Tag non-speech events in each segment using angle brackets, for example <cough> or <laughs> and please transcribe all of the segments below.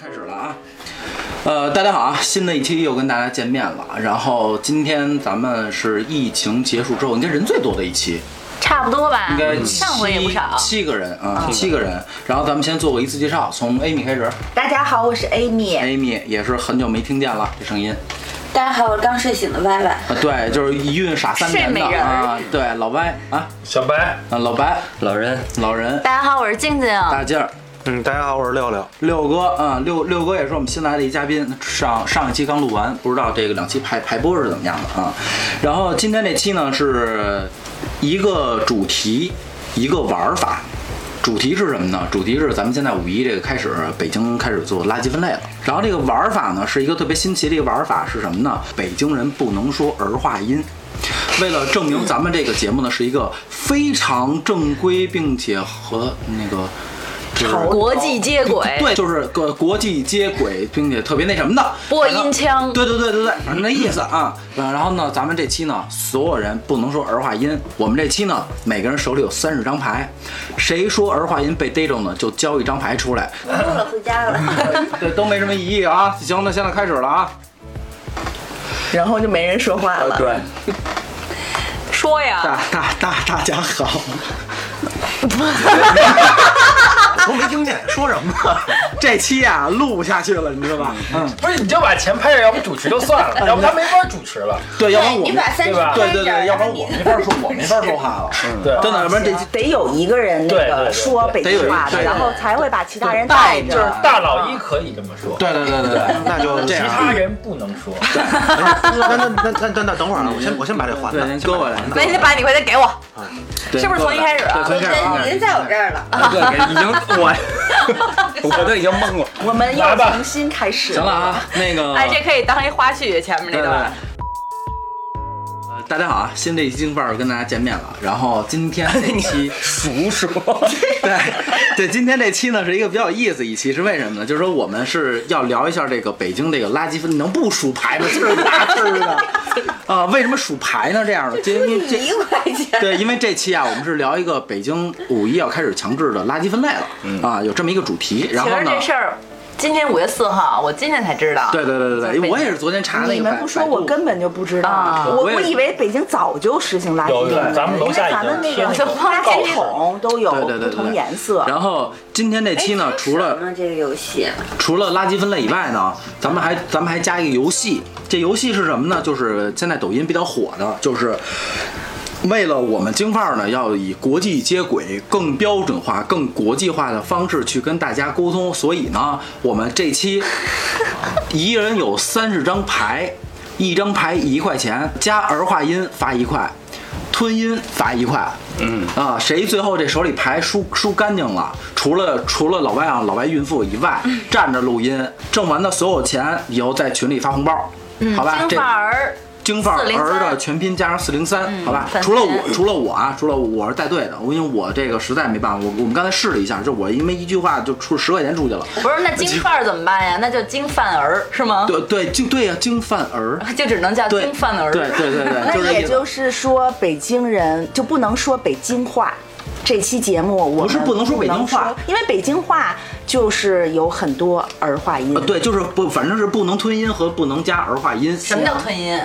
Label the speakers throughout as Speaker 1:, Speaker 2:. Speaker 1: 开始了啊，呃，大家好啊，新的一期又跟大家见面了。然后今天咱们是疫情结束之后应该人最多的一期，
Speaker 2: 差不多吧
Speaker 1: 应该，七
Speaker 2: 嗯上回也不少。嗯
Speaker 1: 七个人啊、七个人。然后咱们先做个一次介绍，从 Amy 开始
Speaker 3: 大家好，我是 Amy。
Speaker 1: ，Amy 也是很久没听见了这声音，
Speaker 3: 大家好，我是刚睡醒的歪
Speaker 4: <laughs>
Speaker 3: 歪。
Speaker 1: 啊，对，就是一孕傻三年的
Speaker 2: 睡美人儿
Speaker 1: 啊，对，老歪啊，
Speaker 5: 小白，
Speaker 1: 啊老白
Speaker 5: 老人，
Speaker 1: 老人
Speaker 2: 大家好，我是静静。
Speaker 1: 大劲儿。
Speaker 5: 嗯，大家好，我是六六，
Speaker 1: 六哥啊，六六哥也是我们新来的一嘉宾，上上一期刚录完，不知道这个两期排排播是怎么样的啊。然后今天这期呢是一个主题，一个玩法。主题是什么呢？主题是咱们现在五一这个开始，北京开始做垃圾分类了。然后这个玩法呢是一个特别新奇的一个玩法是什么呢？北京人不能说儿化音。为了证明咱们这个节目呢是一个非常正规，并且和那个就是
Speaker 2: 国际接轨，
Speaker 1: <laughs> 对，就是个国际接轨，并且特别那什么的
Speaker 2: 播音腔
Speaker 1: 对对对对对，反正那意思啊。然然后呢，咱们这期呢，所有人不能说儿化音。我们这期呢，每个人手里有三十张牌，谁说儿化音被逮着呢，就交一张牌出
Speaker 2: <laughs>
Speaker 1: 来。
Speaker 3: 我饿了，回家了。
Speaker 1: 对，都没什么异议啊。行，那现在开始了啊。
Speaker 4: <laughs> 然后就没人说话了。
Speaker 1: 对，
Speaker 2: 说呀，
Speaker 1: 大大大大家 <laughs> 好，
Speaker 5: 都没听见说什么。
Speaker 1: 这期啊录不下去了，你知道吧？嗯，
Speaker 5: 不是，你就把钱拍着，要不主持就算 <laughs> 了，要不他没法主持了。
Speaker 1: 对，要不然我
Speaker 3: 你
Speaker 1: 们
Speaker 3: 把
Speaker 2: 哎
Speaker 3: 三十
Speaker 5: 对吧
Speaker 1: 对对对，要不然我没
Speaker 3: 你
Speaker 1: 法说，我没法说话了。嗯，
Speaker 5: 对
Speaker 1: 真的，要不然这期
Speaker 4: <laughs> 得有一个人那
Speaker 5: 对
Speaker 6: 呃
Speaker 5: 对对
Speaker 4: 个说北京话
Speaker 1: 得有一对
Speaker 4: 的，然后才会把其他人带
Speaker 5: 就是
Speaker 4: 着。
Speaker 5: 大佬一可以这么说，
Speaker 1: 对对对对对， <laughs> 那就这
Speaker 5: 其
Speaker 1: 样啊。
Speaker 5: 他人不能 <laughs> 说。
Speaker 7: 那那那那那那等会儿啊，我先我先把这还
Speaker 1: 对，
Speaker 7: 了，
Speaker 1: 您搁过来，
Speaker 2: 那你得把你回来给我，
Speaker 1: 对
Speaker 2: 是不是从一开始啊
Speaker 1: 对，从一
Speaker 2: <laughs>
Speaker 1: 开始啊。
Speaker 3: 您在我这儿了，
Speaker 7: 对，已经我我都已经懵了。
Speaker 4: 我们
Speaker 5: 来
Speaker 4: 又
Speaker 5: 吧
Speaker 4: 重新开始。
Speaker 1: 行了，啊，那个，
Speaker 2: 哎，这可以当一花絮，前面
Speaker 1: 对对。
Speaker 2: 那段。
Speaker 1: 呃大家好啊！新的一星半跟大家见面了。然后今天这期
Speaker 7: 叔叔，
Speaker 1: <laughs> 对对，今天这期呢是一个比较有意思一期，是为什么呢？就是说我们是要聊一下这个北京这个垃圾分，你能不数牌吗？这是大事儿的啊、为什么数牌呢？这样的，因为这
Speaker 3: 一块钱。
Speaker 1: 对，因为这期啊，我们是聊一个北京五一要开始强制的垃圾分类了、啊，有这么一个主题。然
Speaker 2: 其
Speaker 1: 后
Speaker 2: 实
Speaker 1: 呢
Speaker 2: 这，事儿，今天五月四号，我今天才知道。
Speaker 1: 对对对对对，我也是昨天查那个百。
Speaker 4: 你们不说，
Speaker 1: 百度
Speaker 4: 我根本就不知
Speaker 2: 啊
Speaker 4: 道。我
Speaker 1: 我也
Speaker 4: 我
Speaker 1: 是
Speaker 4: 以为北京早就实行垃圾
Speaker 5: 有
Speaker 4: 分
Speaker 5: 有，
Speaker 4: 类，
Speaker 5: 咱们楼下
Speaker 4: 咱们
Speaker 5: 已
Speaker 4: 那
Speaker 5: 经
Speaker 4: 个
Speaker 5: 贴了
Speaker 4: 垃圾桶都有
Speaker 1: 对对
Speaker 4: 不
Speaker 1: 对对
Speaker 4: 同
Speaker 1: 对，
Speaker 4: 颜色。哎
Speaker 1: 然后今天这期呢，除了
Speaker 3: 什么这个游戏，
Speaker 1: 除了垃圾分类以外呢，咱们还咱们还加一个游戏。这游戏是什么呢？就是现在抖音比较火的，就是为了我们京范儿呢，要以国际接轨、更标准化、更国际化的方式去跟大家沟通。所以呢，我们这期一人有三十张牌，一张牌一块钱，加儿化音罚一块。吞音罚一块，嗯啊，谁最后这手里牌输输干净了，除了除了老外啊老外孕妇以外，站着录音，挣完的所有钱以后在群里发红包，好吧？这
Speaker 2: 金。发儿，
Speaker 1: 京范
Speaker 2: 403
Speaker 1: 儿的全拼加上四零三，好吧
Speaker 2: 反？
Speaker 1: 除了
Speaker 2: 正
Speaker 1: 我，除了我啊，除了我是带队的，我因为我这个实在没办法，我我们刚才试了一下，就我因为一句话就出十块钱出去了。
Speaker 2: 不是那金发儿怎么办呀？那就金范儿是吗？
Speaker 1: 对对，就对呀、京范儿，
Speaker 2: 就只能叫
Speaker 1: 对
Speaker 2: 金范儿。
Speaker 1: 对对对对，就
Speaker 4: 那
Speaker 1: 是这意
Speaker 4: 也
Speaker 1: 思
Speaker 4: 就是说，北京人就不能说北京话。这期节目我
Speaker 1: 不是
Speaker 4: 们
Speaker 1: 不能说北京话
Speaker 4: 不能说，因为北京话就是有很多儿化音
Speaker 1: 呃。对，就是不，反正是不能吞音和不能加儿化音。
Speaker 2: 什么叫吞音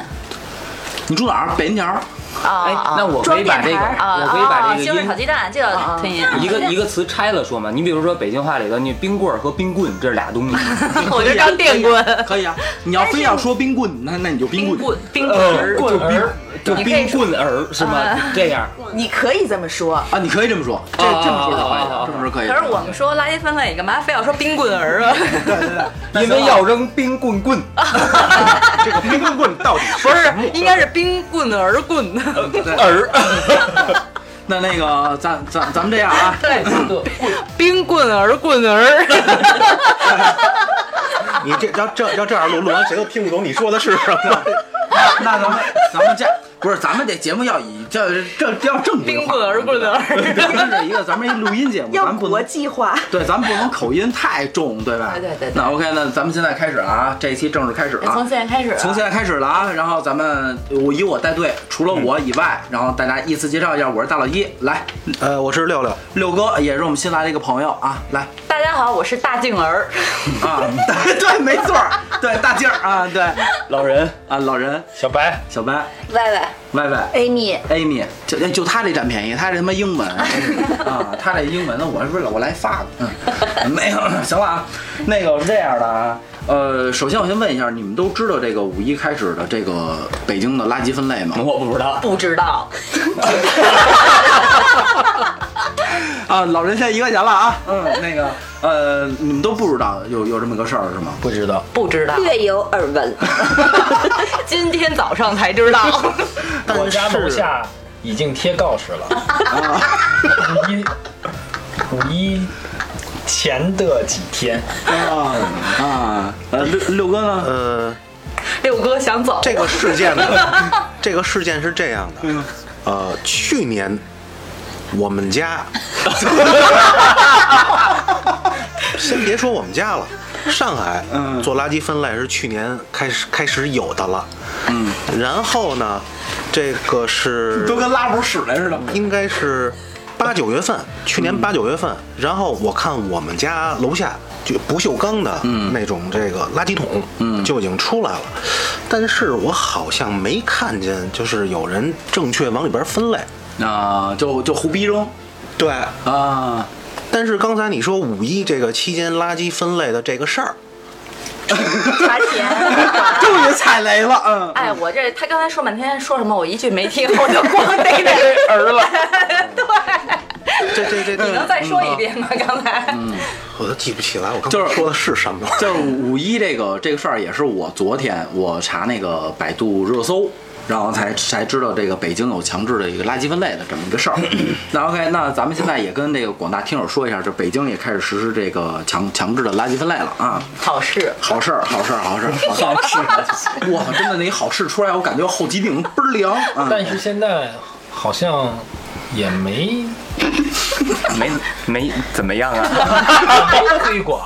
Speaker 1: 你住哪儿？北条儿。
Speaker 2: 啊啊？
Speaker 6: 那我可以把这个，
Speaker 4: 装电台
Speaker 2: 啊
Speaker 6: 我可以把
Speaker 2: 啊，
Speaker 6: 这
Speaker 2: 西红
Speaker 6: 个
Speaker 2: 柿炒鸡蛋就叫吞音。
Speaker 6: 音一个
Speaker 2: <laughs>
Speaker 6: 一个词拆了说嘛。你比如说北京话里头，你冰棍儿和冰棍这是俩东西。
Speaker 2: 我就叫电棍。
Speaker 1: 啊可以啊，你要非要说冰棍，那那你就 <laughs> 冰
Speaker 2: 冰
Speaker 1: 棍。
Speaker 2: 棍，冰棍儿，
Speaker 5: 呃
Speaker 6: 就冰就冰棍儿是吗？
Speaker 5: 啊
Speaker 6: 这样
Speaker 4: 你可以这么说，
Speaker 1: 啊，你可以这么说，这
Speaker 6: 啊
Speaker 1: 这么说
Speaker 6: 啊啊啊
Speaker 1: 可
Speaker 6: 啊
Speaker 1: 以，这么说可以。
Speaker 2: 可是我们说垃圾分类，你干嘛非要说冰棍儿啊？
Speaker 6: 因为要扔冰棍棍，
Speaker 7: 这个冰棍棍到底
Speaker 2: 不是，应该是冰棍儿
Speaker 3: <laughs>
Speaker 2: 棍。
Speaker 6: 啊儿
Speaker 1: <laughs> 那那个，咱咱咱们这样啊，
Speaker 2: 对， <laughs> 冰棍儿棍儿。
Speaker 3: <laughs>
Speaker 7: 你这要这要这样录录完谁都听不懂你说的是什么？
Speaker 1: <laughs> 那咱们咱们这样不是，咱们这节目要以这这这要正经
Speaker 2: 冰
Speaker 1: 话
Speaker 2: 棍儿棍儿
Speaker 1: 对咱们是一个咱们一录音节 <laughs> 目，咱
Speaker 4: 要
Speaker 1: 们不
Speaker 4: 国
Speaker 1: 能
Speaker 4: 际
Speaker 1: <laughs>
Speaker 4: 化。
Speaker 1: 对，咱们不能口音太重，对吧？
Speaker 2: 对对对对
Speaker 1: 那 OK，那咱们现在开始了啊，这一期正式开始了。
Speaker 2: 从现在开始啊，
Speaker 1: 从现在开始了啊，然后咱们我以我带队，除了我以外，然后大家依次介绍一下，我是大老一，来，
Speaker 7: <laughs> 呃，我是六六，
Speaker 1: 六哥也是我们新来的一个朋友啊，来
Speaker 2: 大家好，我是大静儿，
Speaker 1: 啊，对对，没错儿，对大劲儿啊，对
Speaker 6: 老人，
Speaker 1: 啊，老人
Speaker 5: 小白，
Speaker 1: 小白
Speaker 3: 外外，
Speaker 1: 歪歪
Speaker 4: Amy，
Speaker 1: Amy，就哎就他这占便宜，他这他妈英文啊，他这英文呢，我是不是我来法国？嗯， <laughs> 没有，行了啊，那个是这样的啊，呃，首先我先问一下，你们都知道这个五一开始的这个北京的垃圾分类吗？
Speaker 6: 我不知道，
Speaker 2: 不知道，
Speaker 1: 啊，老人现在一块钱了啊，嗯，那个呃，你们都不知道有有这么个事儿是吗？
Speaker 5: 不知道，
Speaker 2: 不知道，
Speaker 3: 略有耳闻。
Speaker 2: <laughs> 今天早上才知
Speaker 3: <laughs>
Speaker 2: 道。
Speaker 5: 我家楼下已经贴告示了，
Speaker 6: 啊
Speaker 5: 五一五一前的几天，
Speaker 1: 啊啊，呃，六六哥呢？
Speaker 7: 呃，
Speaker 2: 六哥想走，
Speaker 7: 这个事件呢，这个事件是这样的，呃，去年我们家， <laughs> 先别说我们家了，上海
Speaker 1: 嗯
Speaker 7: 做垃圾分类是去年开始开始有的了，嗯，然后呢，这个是
Speaker 1: 都跟拉不出屎来似的。
Speaker 7: 应该是八九月份，去
Speaker 1: 嗯
Speaker 7: 年八九月份。然后我看我们家楼下就不锈钢的
Speaker 1: 嗯
Speaker 7: 那种这个垃圾桶，嗯，就已经出来了。但是我好像没看见，就是有人正确往里边分类。
Speaker 1: 啊，就就胡逼扔
Speaker 7: 对，
Speaker 1: 啊，
Speaker 7: 但是刚才你说五一这个期间垃圾分类的这个事儿，
Speaker 2: 罚
Speaker 3: <laughs>
Speaker 2: 钱。
Speaker 1: 啊终于踩雷了，嗯。
Speaker 2: 哎，我这他刚才说半天说什么，我一句没
Speaker 3: <laughs>
Speaker 2: 听，我就光逮着儿了。对，
Speaker 7: 这这这
Speaker 2: 你
Speaker 1: 嗯
Speaker 2: 能
Speaker 7: 这，
Speaker 2: 再说一遍吗？刚才，
Speaker 3: 嗯
Speaker 7: 我都记不起来，我刚
Speaker 1: 就
Speaker 7: 才
Speaker 1: 是
Speaker 7: 说的是什么。
Speaker 1: 就是五一这个这个事儿，也是我昨天我查那个百度热搜，然后才才知道这个北京有强制的一个垃圾分类的这么一个事儿。那 OK，那咱们现在也跟这个广大听友说一下，这北京也开始实施这个强强制的垃圾分类了啊。
Speaker 3: 哦
Speaker 2: 好事，
Speaker 1: 好事儿，好事儿，好事儿，好事儿！哇，真的那一好事出来，我感觉后脊顶倍儿凉啊！
Speaker 5: 但是现在好像也没
Speaker 6: 没没怎么样啊？
Speaker 5: <laughs> 没推广。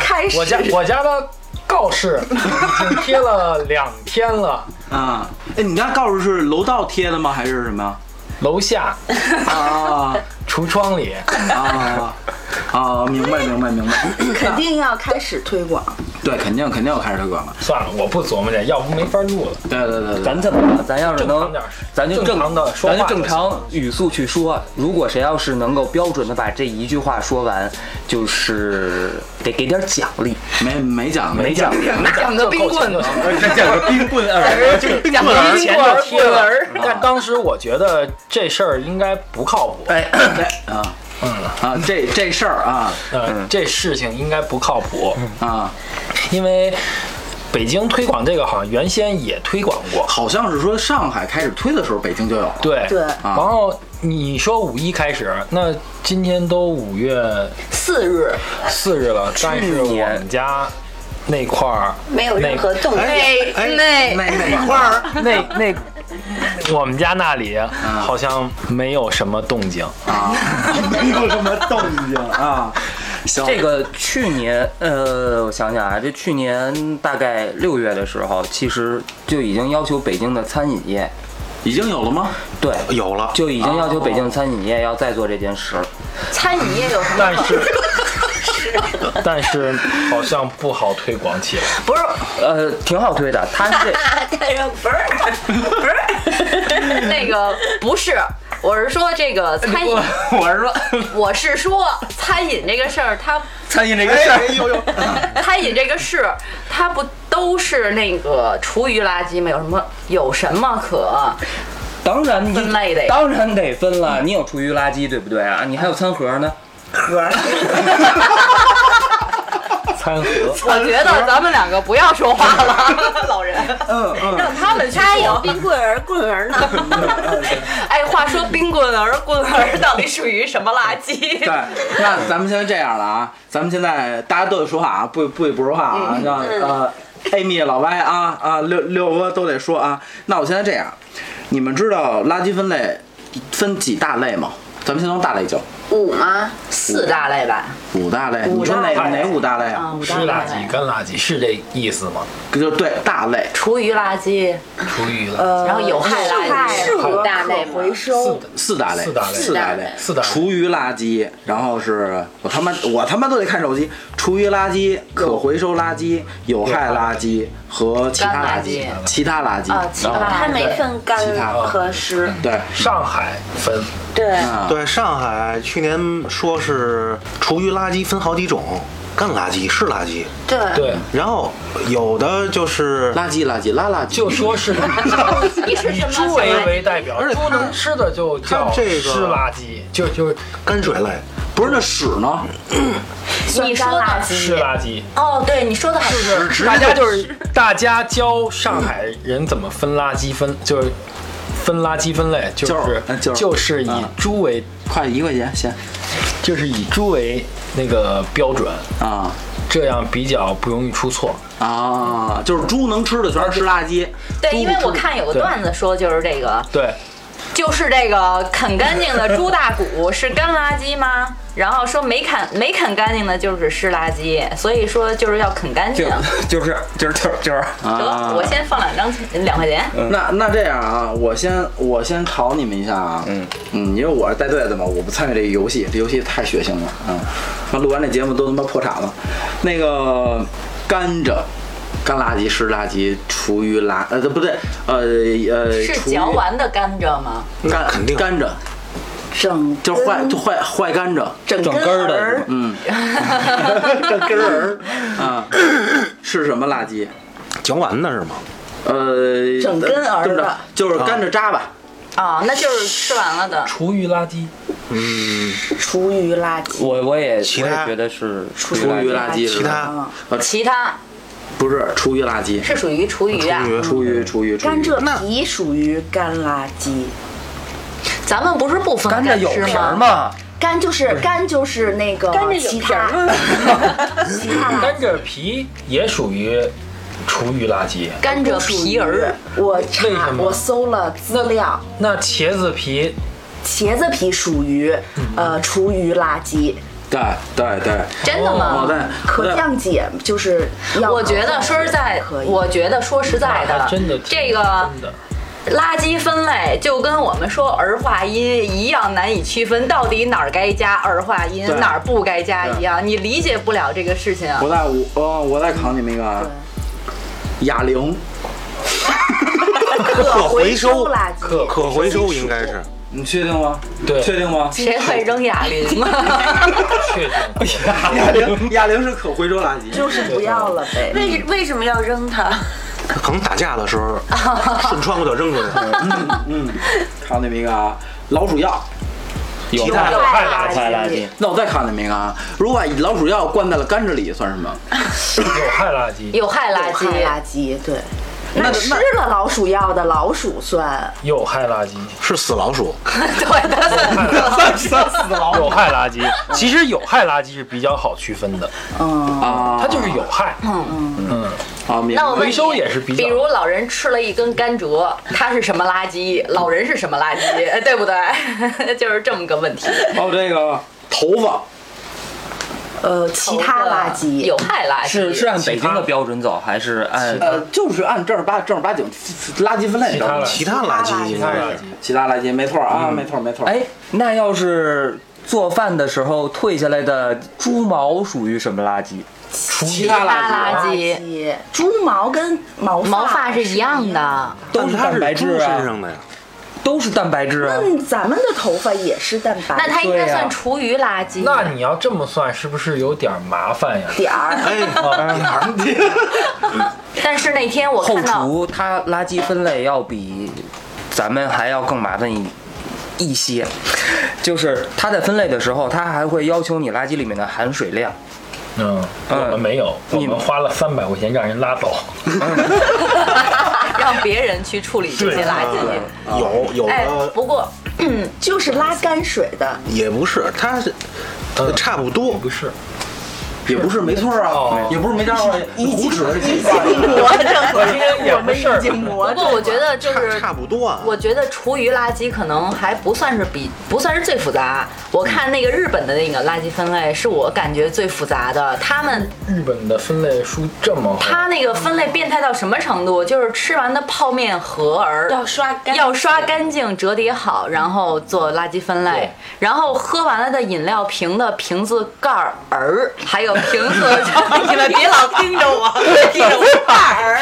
Speaker 4: 开始
Speaker 5: <laughs> 我家我家的告示已经贴了两天了，
Speaker 1: 啊，哎，你家告示是楼道贴的吗？还是什么呀？
Speaker 5: 楼下
Speaker 1: 啊
Speaker 5: 橱窗里
Speaker 1: 啊啊！明白，明白，明白。
Speaker 4: 肯定要开始推广。
Speaker 1: 对，肯定肯定要开始推广了。
Speaker 5: 算了，我不琢磨这，要不没法录了。
Speaker 1: 对对对对，
Speaker 6: 咱这么着，咱要是
Speaker 5: 正
Speaker 6: 能
Speaker 5: 常点儿，
Speaker 6: 咱就
Speaker 5: 正常地说话
Speaker 6: 咱就正
Speaker 5: 就行
Speaker 6: 常语速去说。啊如果谁要是能够标准的把这一句话说完，就是得给点奖励，
Speaker 1: 没没讲
Speaker 6: 没奖励。
Speaker 5: <laughs>
Speaker 2: 讲个冰棍
Speaker 5: 就
Speaker 2: 子
Speaker 5: 够，
Speaker 6: <laughs> 这叫个冰棍儿，这冰
Speaker 2: 讲个
Speaker 5: 之
Speaker 2: 冰
Speaker 5: 前
Speaker 2: 棍
Speaker 5: 就
Speaker 2: 儿
Speaker 5: 贴
Speaker 2: 棍
Speaker 5: 了
Speaker 2: 儿，，
Speaker 5: 但当时我觉得这事儿应该不靠谱，
Speaker 6: 哎，
Speaker 1: 啊啊，这这事儿啊
Speaker 5: 呃，这事情应该不靠谱，
Speaker 1: 啊，
Speaker 5: 因为北京推广这个好像原先也推广过，
Speaker 1: 好像是说上海开始推的时候，北京就有了。
Speaker 5: 对
Speaker 4: 对
Speaker 5: 然后你说五一开始，那今天都五月
Speaker 3: 四日
Speaker 5: 四日了，但是我们家那块儿
Speaker 3: 没有任何动静，
Speaker 7: 哎哎，
Speaker 2: 那
Speaker 1: 哪哪块儿
Speaker 5: 那那我们家那里好像没有什么动静，
Speaker 1: 啊？没有什么动静啊。行，
Speaker 6: 这个去年，呃，我想想啊，这去年大概六月的时候，其实就已经要求北京的餐饮业，
Speaker 1: 已经有了吗？
Speaker 6: 对，
Speaker 5: 哎
Speaker 7: 有了，
Speaker 6: 就已经要求北京餐饮业要再做这件事了。
Speaker 2: 餐饮业有什么？
Speaker 5: 但是但是好像不好推广起来。
Speaker 6: 不是，呃，挺好推的，他这
Speaker 1: <laughs> 哎
Speaker 3: 但是不是不是，
Speaker 2: <laughs> 那个不是，我是说这
Speaker 1: <laughs>
Speaker 2: 个餐饮，
Speaker 6: 我是说，
Speaker 2: 我是说餐饮这个事儿，它
Speaker 1: <laughs> 餐饮这个事儿，有 <laughs> 有
Speaker 2: 餐饮这个事，它不都是那个厨余垃圾吗？有什么有什么可？
Speaker 6: 当然你
Speaker 2: 分类得嗯
Speaker 6: 当然得分了。你有厨余垃圾，对不对啊？你还有餐盒呢，
Speaker 5: <laughs> 餐盒，
Speaker 2: 我觉得咱们两个不要说话了， <laughs> 老人， <laughs>
Speaker 1: 嗯嗯，
Speaker 2: 让他们去
Speaker 3: 他有
Speaker 2: 说。
Speaker 3: 冰棍儿棍儿呢，
Speaker 1: 嗯
Speaker 2: <laughs> 哎，话说冰棍儿、棍儿到底属于什么垃圾？
Speaker 1: 对，
Speaker 2: <laughs>
Speaker 1: 那咱们现在这样了啊，咱们现在大家都得说话啊，不不许不说话啊，让呃 Amy 老歪啊啊，六六哥都得说啊。那我现在这样，你们知道垃圾分类分几大类吗？咱们先从大类讲，
Speaker 3: 五吗？
Speaker 4: 四大类吧，
Speaker 1: 五大类。你
Speaker 4: 五
Speaker 1: 说
Speaker 4: 大
Speaker 1: 哪
Speaker 4: 类
Speaker 1: 哪五大类啊？
Speaker 4: 啊，五
Speaker 5: 湿
Speaker 4: 大类
Speaker 5: 垃圾、干垃圾是这意思吗？
Speaker 1: 就对大类。
Speaker 2: 厨余垃圾，
Speaker 5: 厨余了，
Speaker 4: 呃
Speaker 2: 然后有
Speaker 1: 哎
Speaker 2: 害垃圾
Speaker 3: 是五
Speaker 4: 和
Speaker 3: 大类
Speaker 4: 可
Speaker 3: 吗
Speaker 4: 回
Speaker 5: 四
Speaker 4: 收
Speaker 5: 的
Speaker 1: 四大类，
Speaker 5: 四大类
Speaker 1: 四大类，
Speaker 5: 四大类
Speaker 1: 厨余垃圾，然后是我他妈我他妈都得看手机，厨余垃圾、可回收垃圾、有害垃圾和其他垃圾
Speaker 2: 干垃，
Speaker 1: 其他垃圾
Speaker 4: 啊，其
Speaker 1: 然后
Speaker 4: 他
Speaker 3: 它没分干
Speaker 1: 其他
Speaker 3: 和湿，
Speaker 1: 对，
Speaker 5: 上海分
Speaker 4: 对
Speaker 1: 啊，
Speaker 7: 对，上海去年说是厨余垃圾分好几种，干垃圾、湿垃圾，
Speaker 3: 对，
Speaker 5: 对，
Speaker 7: 然后有的就是
Speaker 1: 垃圾垃圾拉垃圾，
Speaker 5: 就说是
Speaker 2: 你是
Speaker 5: 以
Speaker 2: 什么
Speaker 5: 猪为为代表，
Speaker 7: 而且
Speaker 5: 猪
Speaker 7: 它
Speaker 5: 能吃的就叫
Speaker 7: 它这个
Speaker 5: 湿垃圾，就就
Speaker 7: 泔水类，
Speaker 1: 不是那屎呢，
Speaker 4: 酸
Speaker 2: 你说
Speaker 4: 干
Speaker 2: 的
Speaker 4: 垃
Speaker 5: 湿
Speaker 4: 圾，
Speaker 5: 垃圾。
Speaker 2: 哦，对，你说的很对。
Speaker 5: 就是
Speaker 1: <laughs>
Speaker 5: 大家就是大家教上海人怎么分垃圾分，就是分垃圾分类，就
Speaker 1: 就是
Speaker 5: 是
Speaker 1: 嗯就是
Speaker 5: 就是以
Speaker 1: 嗯
Speaker 5: 猪为
Speaker 1: 快一块钱先
Speaker 5: 就是以猪为那个标准，
Speaker 1: 啊
Speaker 5: 这样比较不容易出错。
Speaker 1: 啊，就是猪能吃的全是湿垃圾，
Speaker 2: 对，
Speaker 1: 猪不
Speaker 2: 因为
Speaker 1: 吃
Speaker 2: 我看有个
Speaker 5: 对
Speaker 2: 段子说，就是这个，
Speaker 5: 对，
Speaker 2: 就是这个啃干净的猪大骨是干垃圾吗？然后说没啃没啃干净的就是湿垃圾，所以说就是要啃干净。
Speaker 6: 就
Speaker 2: 得，
Speaker 6: 就是就是就是就是，
Speaker 1: 啊，
Speaker 2: 我先放两张钱两块钱。
Speaker 7: 嗯
Speaker 1: 那那这样啊，我先我先考你们一下啊，嗯因为我是带队的嘛，我不参与这个游戏，这游戏太血腥了啊！那、录完这节目都他妈破产了。那个甘蔗、干垃圾、湿垃圾、厨余垃呃不对呃呃
Speaker 2: 是
Speaker 1: 厨余
Speaker 2: 嚼完的甘蔗吗？
Speaker 1: 干
Speaker 7: 肯定
Speaker 1: 甘蔗
Speaker 4: 整
Speaker 1: 就是坏
Speaker 4: 嗯
Speaker 1: 就坏坏甘蔗，
Speaker 4: 整
Speaker 6: 整
Speaker 4: 根
Speaker 6: 根儿的
Speaker 4: 儿
Speaker 6: 是吧
Speaker 1: 嗯这根儿啊是什么垃圾？
Speaker 7: 嚼完的是吗？
Speaker 1: 呃，
Speaker 4: 整根儿
Speaker 1: 这么着
Speaker 4: 的
Speaker 1: 就是甘蔗渣吧。
Speaker 2: 啊、那就是吃完了的。
Speaker 5: 厨余垃圾，
Speaker 4: 厨余垃
Speaker 2: 嗯
Speaker 4: 圾，
Speaker 6: 我我也
Speaker 7: 其
Speaker 6: 我
Speaker 7: 他
Speaker 6: 也觉得是
Speaker 1: 厨余垃圾是
Speaker 7: 其
Speaker 1: 吧？
Speaker 4: 嗯
Speaker 7: 他
Speaker 2: 其他
Speaker 1: 不是厨余垃圾，
Speaker 2: 是属于厨余啊
Speaker 7: 厨。余
Speaker 1: 厨余厨余厨余
Speaker 4: 甘
Speaker 7: 那
Speaker 4: 蔗皮属于干垃圾，
Speaker 2: 咱们不是不分
Speaker 6: 甘蔗有
Speaker 2: 吃
Speaker 6: 皮儿
Speaker 2: 吗？
Speaker 6: 吗？
Speaker 4: 干就是干就是那个
Speaker 3: 甘蔗有
Speaker 4: 其
Speaker 3: 皮儿
Speaker 4: 他
Speaker 3: 吗
Speaker 4: 其他
Speaker 5: 甘蔗皮也属于厨余垃圾。
Speaker 2: 甘蔗皮儿，
Speaker 4: 我
Speaker 5: 为
Speaker 4: 查
Speaker 5: 什么
Speaker 4: 我搜了资料，
Speaker 5: 那茄子皮
Speaker 4: 茄子皮属于呃厨余垃圾，
Speaker 1: 对对对，
Speaker 2: 真的吗？
Speaker 1: 哦，对，
Speaker 4: 可降解就是要
Speaker 2: 我觉得说实在
Speaker 4: 哦可，以
Speaker 2: 我觉得说实在的
Speaker 5: 还，真的挺
Speaker 2: 这个
Speaker 5: 真的
Speaker 2: 垃圾分类就跟我们说儿化音一样难以区分，到底哪儿该加儿化音
Speaker 1: 对，
Speaker 2: 哪儿不该加
Speaker 1: 对
Speaker 2: 一样，你理解不了这个事情啊。
Speaker 1: 我再我哦，我再考你们一个啊，哑铃
Speaker 4: 可
Speaker 7: 回
Speaker 4: 回
Speaker 7: 收
Speaker 4: 收垃圾。
Speaker 5: 可
Speaker 7: 可回收应该是
Speaker 1: 你确定吗？
Speaker 5: 对
Speaker 1: 确定吗？
Speaker 2: 谁会扔哑铃啊？
Speaker 5: 确定，
Speaker 1: 哑铃 <laughs> 哑铃是可回收垃圾，
Speaker 4: 就是不要了呗，
Speaker 3: 为为什么要扔它？
Speaker 7: 可能打架的时候顺窗户就扔出去了。
Speaker 1: 嗯，考你们一个啊，老鼠药。
Speaker 6: 有
Speaker 7: 其他
Speaker 5: 有害垃圾，
Speaker 6: 坏垃圾，
Speaker 1: 那我再考你们一个啊，如果把老鼠药灌在了甘蔗里，算什么？
Speaker 5: 有害垃圾，
Speaker 2: 有害垃圾
Speaker 4: 有，害垃圾对。
Speaker 1: 那
Speaker 4: 那吃了老鼠药的老鼠算
Speaker 5: 有害垃圾，
Speaker 7: 是死老鼠，
Speaker 2: 对 <laughs> 的，
Speaker 5: 有害垃圾。其实有害垃圾是比较好区分的，
Speaker 1: 啊，
Speaker 5: 它就是有害。
Speaker 1: 啊，明白
Speaker 2: 那我问
Speaker 5: 回
Speaker 2: 你
Speaker 5: 收也是比较
Speaker 2: 比如老人吃了一根甘蔗，它是什么垃圾？老人是什么垃圾？ <laughs> 呃对不对？ <laughs> 就是这么个问题。
Speaker 1: 还有哦这个头发，
Speaker 4: 呃其他垃圾
Speaker 2: 有害垃圾
Speaker 6: 是是按北京的标准走，还是按
Speaker 1: 呃，就是按正儿八正儿八经垃圾分类
Speaker 5: 其他
Speaker 1: 的，
Speaker 5: 垃
Speaker 7: 其他垃
Speaker 5: 圾，
Speaker 7: 圾应
Speaker 5: 其他
Speaker 7: 该
Speaker 5: 垃
Speaker 7: 是
Speaker 5: 圾。
Speaker 1: 其他垃圾没错啊，没错没错。
Speaker 6: 哎，那要是做饭的时候退下来的猪毛属于什么垃圾？
Speaker 7: 啊
Speaker 5: 厨
Speaker 1: 其
Speaker 5: 余
Speaker 1: 他垃圾
Speaker 2: 垃圾，
Speaker 4: 圾，猪毛跟毛
Speaker 2: 毛发是一样的，
Speaker 6: 都
Speaker 7: 但
Speaker 6: 是
Speaker 7: 它
Speaker 6: 蛋
Speaker 7: 是
Speaker 6: 白
Speaker 7: 猪
Speaker 6: 质
Speaker 7: 身
Speaker 6: 啊，
Speaker 7: 上的呀，
Speaker 6: 都是蛋白质啊。
Speaker 4: 嗯，咱们的头发也是蛋白
Speaker 2: 那它应该
Speaker 6: 对呀啊
Speaker 2: 算厨余垃圾。
Speaker 5: 那你要这么算，是不是有点麻烦呀？
Speaker 4: 点儿，
Speaker 7: 哎，
Speaker 2: 但是那天我
Speaker 6: 后
Speaker 2: 看到，
Speaker 6: 厨它垃圾分类要比咱们还要更麻烦一一些，就是它在分类的时候，它还会要求你垃圾里面的含水量。
Speaker 5: 嗯，我们没有，我
Speaker 6: 你
Speaker 5: 们花了三百块钱让人拉走。
Speaker 2: <laughs> 让别人去处理这些垃 <laughs> 圾。
Speaker 7: 有有
Speaker 2: 啊哎
Speaker 7: 的，
Speaker 2: 不过
Speaker 4: 就是拉泔水的，
Speaker 7: 也不是，它是
Speaker 5: 嗯
Speaker 7: 差不多，
Speaker 5: 不是，
Speaker 1: 也不是没错啊，也不是没家伙，五指
Speaker 4: 磨着，
Speaker 5: 也
Speaker 4: 我
Speaker 5: 不
Speaker 4: 们
Speaker 5: 是
Speaker 4: 已经磨
Speaker 2: 不
Speaker 4: 着。
Speaker 2: 过我觉得就
Speaker 7: 差
Speaker 2: 是
Speaker 7: 差不多啊。
Speaker 2: 我觉得厨余垃圾可能还不算是比不算是最复杂。我看那个日本的那个垃圾分类是我感觉最复杂的，他们
Speaker 5: 日本的分类书这么厚，
Speaker 2: 他那个分类变态到什么程度？就是吃完的泡面盒儿
Speaker 3: 要刷干，
Speaker 2: 要刷干净、折叠好，然后做垃圾分类
Speaker 5: 对，
Speaker 2: 然后喝完了的饮料瓶的瓶子盖儿，还有瓶
Speaker 5: <laughs>
Speaker 2: 子，你们别老盯着我，
Speaker 3: 这种范儿，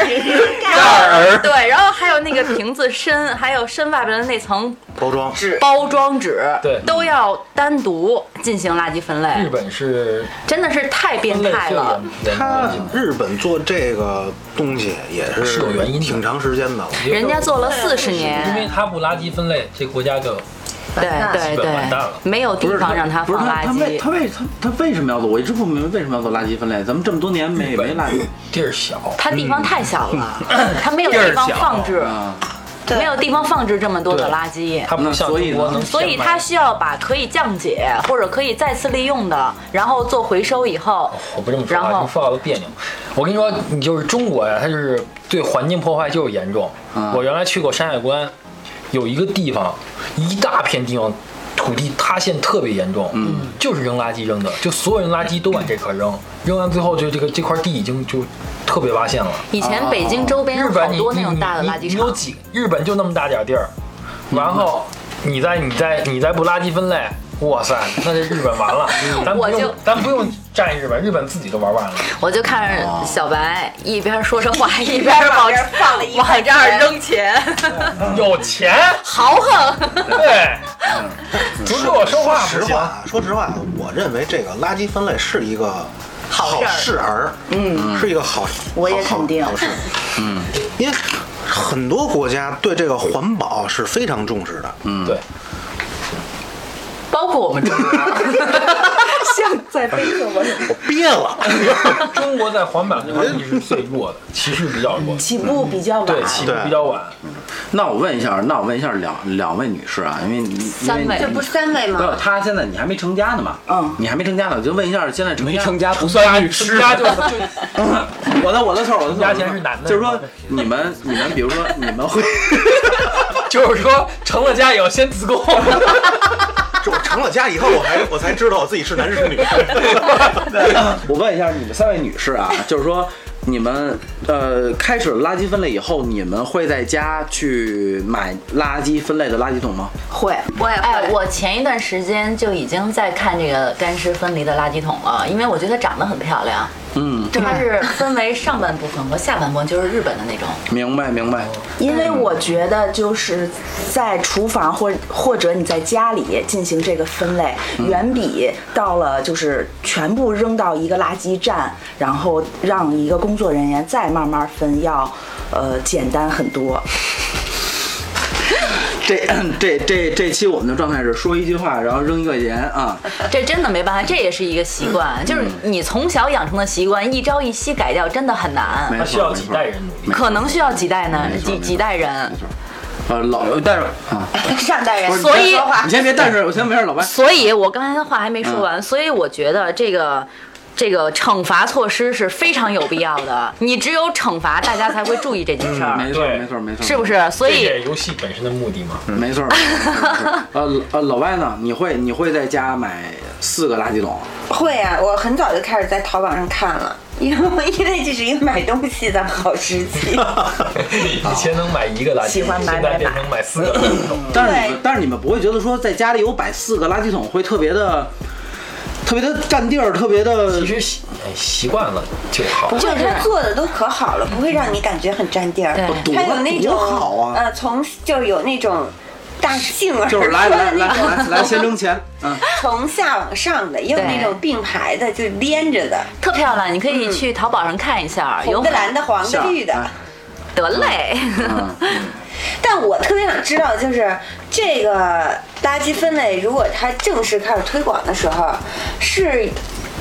Speaker 2: 盖儿，对，然后还有那个瓶子身，还有身外边的那层
Speaker 7: 包装
Speaker 2: 包装纸，
Speaker 5: 对
Speaker 2: 都要单独进行垃圾分
Speaker 5: 日
Speaker 2: 类，
Speaker 5: 本是
Speaker 2: 真的是太变
Speaker 5: 分类
Speaker 2: 态
Speaker 5: 最
Speaker 2: 了。
Speaker 5: 严
Speaker 7: 他
Speaker 5: 严
Speaker 7: 日本做这个东西也是
Speaker 5: 是有原因的
Speaker 7: 挺长时间的。
Speaker 5: 格
Speaker 2: 人家做了四十
Speaker 5: 因为
Speaker 2: 年，
Speaker 5: 他不垃圾分类，这国家就
Speaker 2: 对对
Speaker 5: 基本完蛋
Speaker 2: 对
Speaker 5: 了，
Speaker 2: 没有地
Speaker 1: 不是
Speaker 2: 方让
Speaker 1: 他
Speaker 2: 他
Speaker 1: 不是
Speaker 2: 放
Speaker 1: 他
Speaker 2: 垃
Speaker 1: 他为
Speaker 2: 圾。
Speaker 1: 他为他他为什么要做？我一直不明白为什么要做垃圾分类。咱们这么多年没没垃圾，
Speaker 5: 地儿小，
Speaker 2: 它地方太小了，
Speaker 5: 嗯
Speaker 2: 它没有地方放置，没有地方放置这么多的垃圾，
Speaker 5: 啊它不
Speaker 1: 那
Speaker 5: 像
Speaker 1: 所以
Speaker 5: 中
Speaker 1: 呢
Speaker 5: 国能
Speaker 2: 嗯所以
Speaker 5: 填满
Speaker 2: 它需要把可以降解或者可以再次利用的，然后做回收以后，
Speaker 5: 我不这么说
Speaker 2: 然
Speaker 5: 话，
Speaker 2: 后
Speaker 5: 你说话都别扭。我跟你说，你就是中国呀，它就是对环境破坏就是严重。
Speaker 2: 嗯
Speaker 5: 我原来去过山海关，有一个地方，一大片地方土地塌陷特别严重，嗯，就是扔垃圾扔的，就所有人垃圾都往这块
Speaker 2: <laughs>
Speaker 5: 扔，扔完最后就这个这块地已经就特别挖陷了。
Speaker 2: 以前北京周边
Speaker 5: 哦日
Speaker 2: 有
Speaker 5: 本
Speaker 2: 好
Speaker 5: 你
Speaker 2: 多那
Speaker 5: 你
Speaker 2: 种大的
Speaker 5: 你
Speaker 2: 垃圾
Speaker 5: 你有
Speaker 2: 场，嗯
Speaker 5: 几？日本就那么大点儿地儿，然后你再你再你再不垃圾分类，哇塞，那这日本完了。咱
Speaker 2: <laughs>
Speaker 5: 不
Speaker 2: 我就
Speaker 5: 用咱不用站日本，日本自己都玩完了。
Speaker 2: 我就看
Speaker 5: 哦
Speaker 2: 着小白一边说着
Speaker 3: <laughs>
Speaker 2: 话，一边
Speaker 3: 往
Speaker 2: 往
Speaker 3: 这儿放了一块
Speaker 2: 往这儿
Speaker 3: 钱
Speaker 2: 扔钱，
Speaker 3: <laughs>
Speaker 5: 有钱，
Speaker 2: 豪横。
Speaker 5: 对，不是我说话不
Speaker 7: 实
Speaker 5: 行。
Speaker 7: 话，说实话，我认为这个垃圾分类是一个好事儿，嗯，是一个好，
Speaker 4: 我也肯定
Speaker 7: 好好事，嗯，因为很多国家对这个环保是非常重视的，嗯，
Speaker 5: 对，
Speaker 2: <laughs> 包括我们中国，
Speaker 4: 像在背着我，
Speaker 7: 我憋了，
Speaker 5: 中国在环保这块意识最弱的，歧视比较弱，
Speaker 4: 起步比较晚。
Speaker 5: 对，起步比较晚。
Speaker 1: 那我问一下，那我问一下两两位女士啊，因为你
Speaker 2: 三位
Speaker 3: 这不是三位
Speaker 1: 不
Speaker 3: 吗？
Speaker 1: 是她现在你还没成家呢嘛？
Speaker 4: 嗯
Speaker 1: 你还没成家呢，我就问一下现在成
Speaker 6: 没
Speaker 1: 家 <laughs>
Speaker 6: 成家不算女士，
Speaker 5: 家就就
Speaker 1: 我的我的错，我的错。
Speaker 5: 压钱是男的
Speaker 1: 就是说你们你们比如 <laughs> 说你们会，
Speaker 5: 就是说，成了家也要先自贡。
Speaker 7: 就我成了家以后，我
Speaker 5: <laughs>
Speaker 7: 还我才知道我自己是男是女，
Speaker 1: 我问一下你们三位女士啊，就是说你们呃开始垃圾分类以后，你们会在家去买垃圾分类的垃圾桶吗？
Speaker 4: 会，
Speaker 3: 我也
Speaker 2: 哎，
Speaker 3: 会，
Speaker 2: 我前一段时间就已经在看这个干湿分离的垃圾桶了，因为我觉得它长得很漂亮。嗯，它是分为上半部分和下半部分，就是日本的那种。
Speaker 1: 明白明白，
Speaker 4: 因为我觉得就是在厨房或或者你在家里进行这个分类，
Speaker 5: 嗯
Speaker 4: 远比到了就是全部扔到一个垃圾站，然后让一个工作人员再慢慢分要，呃，简单很
Speaker 3: <laughs>
Speaker 4: 多。
Speaker 1: 这 <clears throat> 这这这期我们的状态是说一句话，然后扔一块钱啊。
Speaker 2: 这真的没办法，这也是一个习惯，
Speaker 1: 嗯
Speaker 2: 就是你从小养成的习惯，一朝一夕改掉真的很难，
Speaker 1: 没
Speaker 5: 他需
Speaker 1: 错
Speaker 5: 要
Speaker 1: 没
Speaker 5: 几
Speaker 1: 错
Speaker 5: 代人努力。
Speaker 2: 可能需要几代呢
Speaker 1: 没，错
Speaker 2: 几
Speaker 1: 没错
Speaker 2: 几代人。
Speaker 1: 呃，老但是啊，
Speaker 3: 上代人，
Speaker 2: 所以
Speaker 1: 哎你先别但是，我先没事，老白。
Speaker 2: 所以我刚才的话还没
Speaker 1: 嗯
Speaker 2: 说完，所以我觉得这个。这个惩罚措施是非常有必要的，你只有惩罚，大家才会注意这件事儿，
Speaker 1: 嗯没错
Speaker 5: 对
Speaker 1: 没错没错，
Speaker 2: 啊是不？是？所
Speaker 5: 这
Speaker 2: 以
Speaker 5: 也是游戏本身的目的嘛。
Speaker 1: 没错。没错呃呃，老外呢？你会你会在家买四个垃圾桶？
Speaker 3: 会啊，我很早就开始在淘宝上看了，因为因为这是一个买东西的好时
Speaker 1: <laughs>
Speaker 3: 机。
Speaker 5: 以前能买一个垃圾桶，
Speaker 4: 喜欢买
Speaker 5: 现在
Speaker 4: 买
Speaker 5: 变成买四个垃圾桶。
Speaker 1: 但是你们但是你们不会觉得说在家里有摆四个垃圾桶会特别的特别的占地儿，特别的
Speaker 5: 其实习哎习惯了就好。
Speaker 3: 就是他做的都可好了，不会让你感觉很占地儿。
Speaker 2: 对
Speaker 3: 他有那种
Speaker 1: 哦多好啊
Speaker 3: 呃，从就是有那种大杏儿
Speaker 1: 就是来来
Speaker 3: 穿 <laughs>
Speaker 1: 来
Speaker 3: 那种
Speaker 1: 来来先扔钱，嗯，
Speaker 3: 从下往上的，也有那种并排的，就连着的，
Speaker 2: 特漂亮，你可以去淘宝上看一下，有
Speaker 3: 红的、蓝的、黄的、绿的
Speaker 1: 哎。
Speaker 2: 得嘞， <laughs>
Speaker 3: 但我特别想知道，就是这个垃圾分类，如果它正式开始推广的时候，是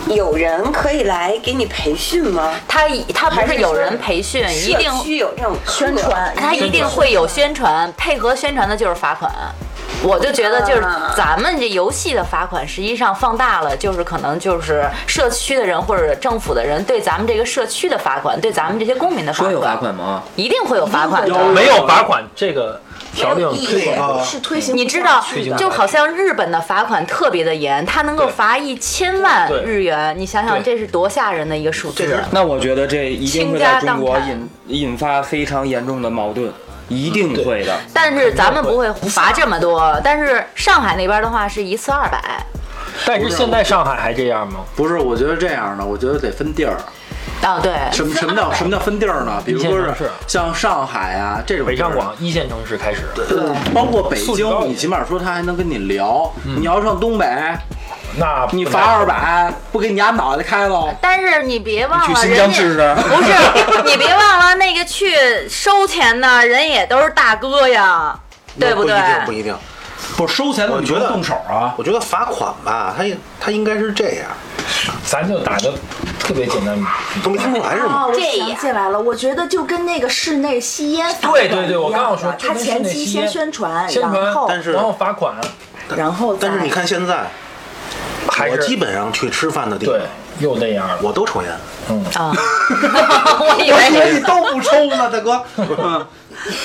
Speaker 3: 有人可以来给你培训吗？
Speaker 2: 他他不是有人培训，一定
Speaker 3: 社区有这种课
Speaker 4: 宣传
Speaker 2: 他一定会有宣传，配合宣传的就是罚款。我就觉得就是
Speaker 3: 啊
Speaker 2: 咱们这游戏的罚款，实际上放大了，就是可能就是社区的人或者政府的人对咱们这个社区的罚款，对咱们这些公民的罚
Speaker 6: 说
Speaker 2: 款，
Speaker 6: 有罚款吗？
Speaker 2: 一定会有罚款的。
Speaker 5: 没有罚款这个条令
Speaker 4: 意
Speaker 5: 推
Speaker 4: 义
Speaker 5: 广
Speaker 7: 啊
Speaker 4: 是推行不
Speaker 2: 你知
Speaker 4: 下
Speaker 2: 道
Speaker 4: 去的，
Speaker 2: 就好像日本的罚款特别的严，它能够
Speaker 5: 对
Speaker 2: 罚一千万
Speaker 5: 对
Speaker 2: 日元，你想想
Speaker 5: 对
Speaker 2: 这是多吓人的一个数字。
Speaker 6: 那我觉得这一定会在中国引引发非常严重的矛盾，一定会的。
Speaker 2: 但是咱们不会罚这么多，但是上海那边的话是一次二百，
Speaker 5: 但是现在上海还这样吗？
Speaker 1: 不是，我觉得这样的，我觉得得分地儿。
Speaker 2: 啊对，
Speaker 1: 什么什么叫什么叫分地儿呢？比如说
Speaker 5: 一线城市
Speaker 1: 是像上海啊这种
Speaker 5: 北上
Speaker 1: 地儿
Speaker 5: 广一线城市开始，
Speaker 1: 包括北
Speaker 5: 素质
Speaker 1: 京
Speaker 5: 高，一点
Speaker 1: 你起码说他还能跟你聊。你要上东北，
Speaker 5: 那
Speaker 1: 你
Speaker 5: 不
Speaker 1: 罚
Speaker 5: 太
Speaker 1: 二百，不给你家脑袋开喽。
Speaker 2: 但是你别忘
Speaker 6: 你
Speaker 2: 了，
Speaker 6: 去
Speaker 2: 人
Speaker 6: 新
Speaker 2: 家
Speaker 6: 疆啊试试
Speaker 2: 不是，
Speaker 6: <laughs>
Speaker 2: 你别忘了那个去收钱的人也都是大哥呀，对
Speaker 7: 不
Speaker 2: 对
Speaker 7: 一？定，不一定。
Speaker 1: 不是收钱
Speaker 7: 我
Speaker 1: 了，你
Speaker 7: 觉
Speaker 1: 不
Speaker 7: 得
Speaker 1: 能动手啊。
Speaker 7: 我觉得罚款吧，他他应该是这样，
Speaker 5: 咱就打的特别简单。
Speaker 7: 都没听出来是
Speaker 4: 啊，
Speaker 7: 吗？
Speaker 4: 我
Speaker 3: 这
Speaker 4: 想
Speaker 3: 样
Speaker 4: 起来了，我觉得就跟那个室内吸烟法一
Speaker 5: 对
Speaker 4: 样
Speaker 5: 对对，我刚想说，
Speaker 4: 他前期先宣
Speaker 2: 哎
Speaker 4: 传，
Speaker 5: 宣
Speaker 4: 然
Speaker 5: 传，
Speaker 4: 后
Speaker 7: 但是
Speaker 5: 然后罚款，
Speaker 4: 然后
Speaker 7: 但是
Speaker 4: 再
Speaker 7: 你看现在，
Speaker 5: 还
Speaker 7: 我
Speaker 5: 是
Speaker 7: 基本上去吃饭的地方
Speaker 5: 对，又那样了。
Speaker 7: 我都抽烟。
Speaker 2: 啊， <laughs> 我以为
Speaker 7: 你都不抽吗，大哥？ <laughs>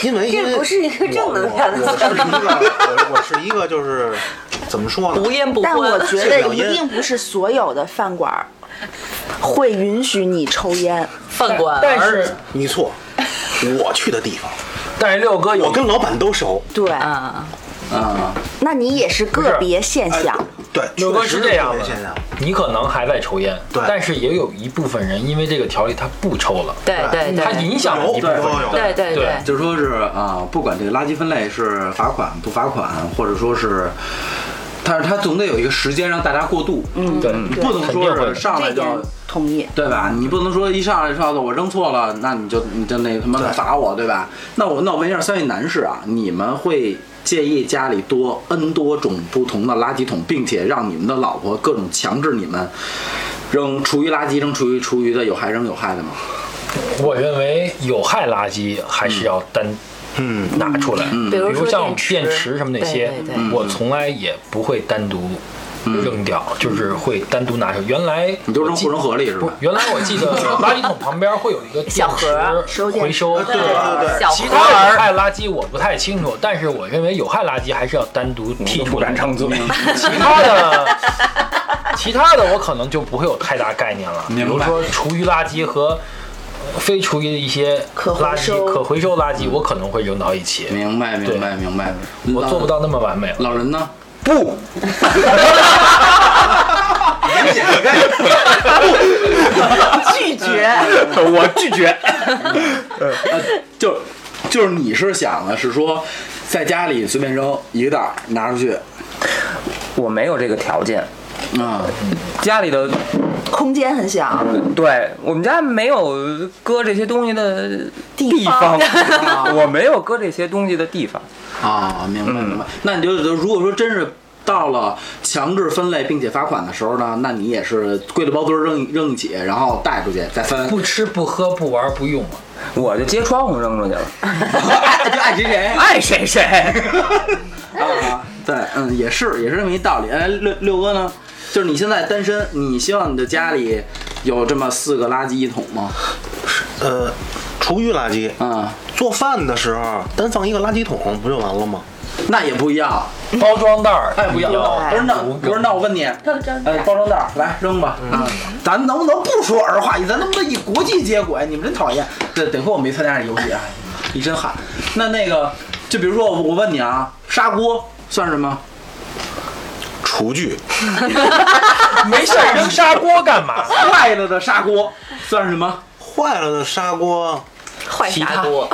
Speaker 7: 因为因为
Speaker 3: 这不是一个正能量的
Speaker 7: 我我是一个，我我是一个就是怎么说呢
Speaker 2: 无？烟不
Speaker 4: 但我
Speaker 2: 欢。
Speaker 4: 觉得一定不是所有的饭馆儿会允许你抽烟。
Speaker 2: 饭馆，
Speaker 5: 但是
Speaker 7: 你错，我去的地方，
Speaker 5: 但是六哥有
Speaker 7: 我跟老板都熟。
Speaker 4: 对，
Speaker 2: 啊，
Speaker 1: 啊，
Speaker 4: 那你也是个别现象。
Speaker 7: 哎对，
Speaker 5: 六哥
Speaker 7: 确实
Speaker 5: 是这样
Speaker 7: 有
Speaker 5: 的
Speaker 7: 现象。，
Speaker 5: 你可能还在抽烟，
Speaker 7: 对
Speaker 5: 但是也有一部分人因为这个条例他不抽了，
Speaker 2: 对对
Speaker 5: 他
Speaker 2: 对，
Speaker 5: 影响了
Speaker 7: 有
Speaker 5: 一部分
Speaker 7: 对
Speaker 5: 人，
Speaker 7: 有
Speaker 2: 对对对
Speaker 5: 对，
Speaker 1: 就说是啊，不管这个垃圾分类是罚款不罚款，或者说是，但是他总得有一个时间让大家过渡。嗯，
Speaker 5: 对，
Speaker 1: 你不能
Speaker 5: 肯定
Speaker 1: 说
Speaker 5: 会
Speaker 1: 是
Speaker 5: 的
Speaker 1: 上来
Speaker 4: 这
Speaker 1: 就
Speaker 4: 点同意。
Speaker 1: 对吧？你不能说一上来说的我扔错了，那你就你就那他妈
Speaker 7: 对
Speaker 1: 罚我，对吧？那我那我问一下三位男士啊，你们会介意家里多 N 多种不同的垃圾桶，并且让你们的老婆各种强制你们扔厨余垃圾、扔厨余厨余的有害扔有害的吗？
Speaker 5: 我认为有害垃圾还是要单
Speaker 7: 嗯，
Speaker 5: 拿出来，
Speaker 2: 比如说电
Speaker 5: 像电
Speaker 2: 池
Speaker 5: 池什么那些
Speaker 2: 对对对，
Speaker 5: 我从来也不会单独扔掉，就是会单独拿出。原来
Speaker 1: 嗯你就扔护城河里是
Speaker 5: 不
Speaker 1: 吧？
Speaker 5: 原来我
Speaker 1: <laughs>
Speaker 5: 记得垃圾桶旁边会有一个
Speaker 2: 小
Speaker 5: 电
Speaker 2: 盒儿
Speaker 5: 池回收，
Speaker 7: 对对对，
Speaker 2: 小
Speaker 5: 其
Speaker 2: 盒
Speaker 5: 他
Speaker 2: 儿
Speaker 5: 有害垃圾我不太清楚，但是我认为有害垃圾还是要单独剔出
Speaker 6: 不
Speaker 5: 来
Speaker 6: 敢。张嘴。
Speaker 5: 其他的，其他的我可能就不会有太大概念了。比
Speaker 1: 明白
Speaker 5: 如说厨余垃圾和非厨余的一些
Speaker 4: 可回
Speaker 5: 垃圾、
Speaker 4: 收
Speaker 5: 可回收垃圾，我可能会扔到一起。
Speaker 1: 明白
Speaker 5: 对
Speaker 1: 明白明白，
Speaker 5: 我做不到那么完美了。
Speaker 1: 老。老人
Speaker 5: <laughs>
Speaker 1: 呢？
Speaker 7: 不，
Speaker 4: 拒绝。
Speaker 6: 我拒
Speaker 1: <laughs>
Speaker 6: 绝。
Speaker 1: 呃就就是你是想的是说，在家里随便扔一个袋儿拿出去
Speaker 6: 我没有这个条件，
Speaker 1: 啊？
Speaker 6: 家里的
Speaker 4: 空间很
Speaker 6: 啊
Speaker 4: 小，
Speaker 6: 对我们家没有搁这些东西的地方，我没有搁这些东西的地方。
Speaker 1: 啊，明白明白。那你就就如果说真是到了强制分类并且罚款的时候呢，那你也是归了包堆儿扔一扔一起，然后带出去再分。
Speaker 5: <laughs> 不吃不喝不玩不用，
Speaker 6: 我就接窗户扔出去了，
Speaker 1: 爱爱谁谁
Speaker 6: <laughs> 爱谁谁。
Speaker 1: 啊？对，嗯，也是也是这么一道理。哎，六六哥呢？就是你现在单身，你希望你的家里有这么四个垃圾一桶吗？
Speaker 7: 呃，厨余垃圾，
Speaker 1: 啊、
Speaker 7: 做饭的时候单放一个垃圾桶不就完了吗？
Speaker 1: 那也不一样，
Speaker 5: 包装袋儿
Speaker 1: 哎，不一样。不是那不是那我问你，呃，包装袋儿来扔吧。嗯， <laughs> 咱能不能不说儿化音？咱能不能以国际接轨？你们真讨厌。对，得亏我没参加这游戏啊，一身汗。那那个，就比如说我我问你啊，砂锅算什么？
Speaker 7: 厨具，
Speaker 5: 没事儿扔砂锅干嘛？
Speaker 1: 坏了的砂锅算什么？
Speaker 7: 坏了的砂锅，
Speaker 2: 坏砂锅，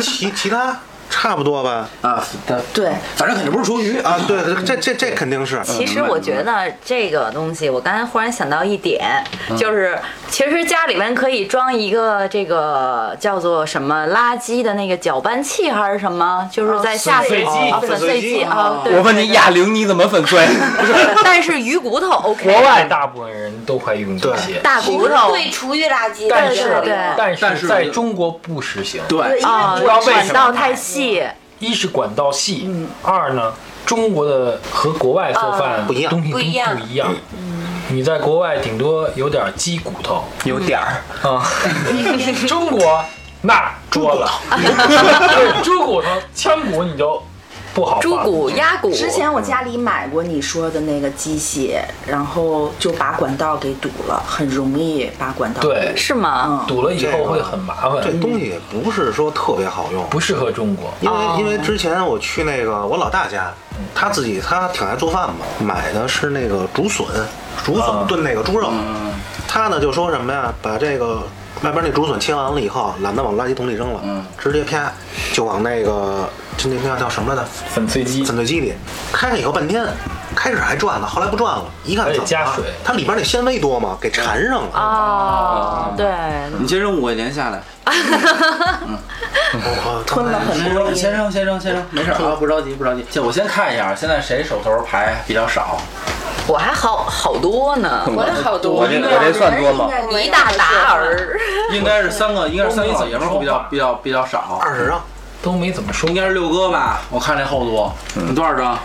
Speaker 7: 其其他差不多吧？
Speaker 1: 啊，它
Speaker 4: 对，
Speaker 1: 反正肯定不是厨余啊。
Speaker 7: 啊，对，这这这肯定是。
Speaker 2: 其实我觉得这个东西，我刚才忽然想到一点，就是其实家里面可以装一个这个叫做什么垃圾的那个搅拌器还是什么，就是在下水
Speaker 5: 粉碎机
Speaker 2: 啊粉碎机啊。对
Speaker 6: 我问你，哑铃你怎么粉碎？ <laughs>
Speaker 2: 但是鱼骨头 OK，
Speaker 5: 国外大部分人都会用这些，
Speaker 2: 大骨头
Speaker 3: 对厨余垃圾，
Speaker 5: 但
Speaker 2: 对
Speaker 5: 是
Speaker 2: 对对
Speaker 5: 但
Speaker 1: 但
Speaker 5: 是
Speaker 1: 是
Speaker 5: 在中国不实行。
Speaker 1: 对
Speaker 4: 对，因为
Speaker 2: 啊，
Speaker 4: 我
Speaker 5: 知道为什么
Speaker 2: 管道太细，
Speaker 5: 一是管道细，二呢，中国的和国外做饭
Speaker 7: 不一样嗯
Speaker 5: 东西都
Speaker 3: 不一样
Speaker 5: 不一样。你在国外顶多有点鸡骨头
Speaker 6: 有点儿。
Speaker 5: 啊， <laughs> 中国那捉了， <laughs> 对猪骨头、枪骨你就不好放。
Speaker 2: 猪骨、鸭骨，
Speaker 4: 之前我家里买过你说的那个机械，然后就把管道给堵了，很容易把管道堵
Speaker 5: 对
Speaker 2: 是吗？
Speaker 4: 嗯
Speaker 5: 堵了以后会很麻
Speaker 7: 这
Speaker 5: 烦，
Speaker 7: 东西不是说特别好用，
Speaker 5: 不啊适合中国。
Speaker 7: 因为因为之前我去那个我老大家，他自己他挺爱做饭嘛，买的是那个竹笋，竹
Speaker 5: 啊
Speaker 7: 笋炖那个猪肉，
Speaker 4: 嗯
Speaker 7: 他呢就说什么呀，把这个外边那竹笋切完了以后，懒得往垃圾桶里扔了，
Speaker 4: 嗯
Speaker 7: 直接啪就往那个就那那叫什么来着，
Speaker 5: 粉碎鸡
Speaker 7: 粉碎机里开开以后半天。开始还转呢，后来不转了。一看
Speaker 5: 还得
Speaker 7: 怎么
Speaker 5: 加
Speaker 7: 了
Speaker 5: 水
Speaker 7: 它里边那纤维多嘛，给缠上了。
Speaker 4: 啊
Speaker 2: 哦，对，
Speaker 1: 你这任务我连下来。
Speaker 7: 我
Speaker 4: <laughs> 吞了很多
Speaker 1: 先
Speaker 4: 烟。
Speaker 1: 生，先生，先生，没事儿啊，不着急，不着急。这我先看一下，现在谁手头牌比较少？
Speaker 2: 我还好好多呢，
Speaker 6: 我
Speaker 3: 这好多
Speaker 6: 我这我这算多吗？
Speaker 2: 一大沓儿。
Speaker 1: 应该是三个，应该是三个老爷们儿会比较
Speaker 5: 我没怎么说话
Speaker 1: 比较比较少，
Speaker 7: 二十啊，
Speaker 5: 都没怎么说
Speaker 1: 应。该是六哥吧？我看这厚度，你多少张？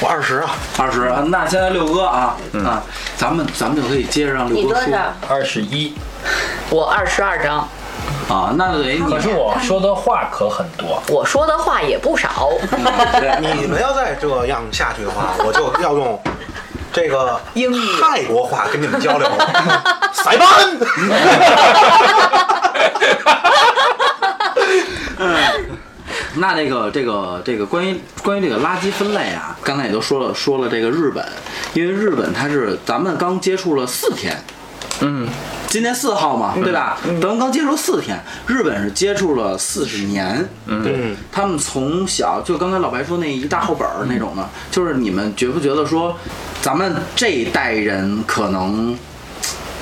Speaker 7: 我二十啊，
Speaker 1: 二十。那现在六哥啊啊，咱们咱们就可以接着让
Speaker 3: 你
Speaker 1: 六
Speaker 3: 多
Speaker 1: 哥说
Speaker 3: 少？
Speaker 5: 二十一，
Speaker 2: 我二十二张，
Speaker 1: 啊，那得你
Speaker 5: 可是我说的话可很多。
Speaker 2: 我说的话也不少。
Speaker 7: <laughs> 你们要再这样下去
Speaker 1: <laughs>
Speaker 7: 的话，我就要用这个英语泰国话跟你们
Speaker 1: <laughs>
Speaker 7: 交流了。塞班，
Speaker 1: <laughs> 那那个这个这个关于关于这个垃圾分类啊，刚才也都说了说了这个日本，因为日本它是咱们刚接触了四天，
Speaker 6: 嗯，
Speaker 1: 今天四号嘛，对吧？咱们刚接触四天，日本是接触了四十年，
Speaker 7: 嗯，
Speaker 1: 他们从小就刚才老白说那一大厚本儿那种的，就是你们觉不觉得说，咱们这一代人可能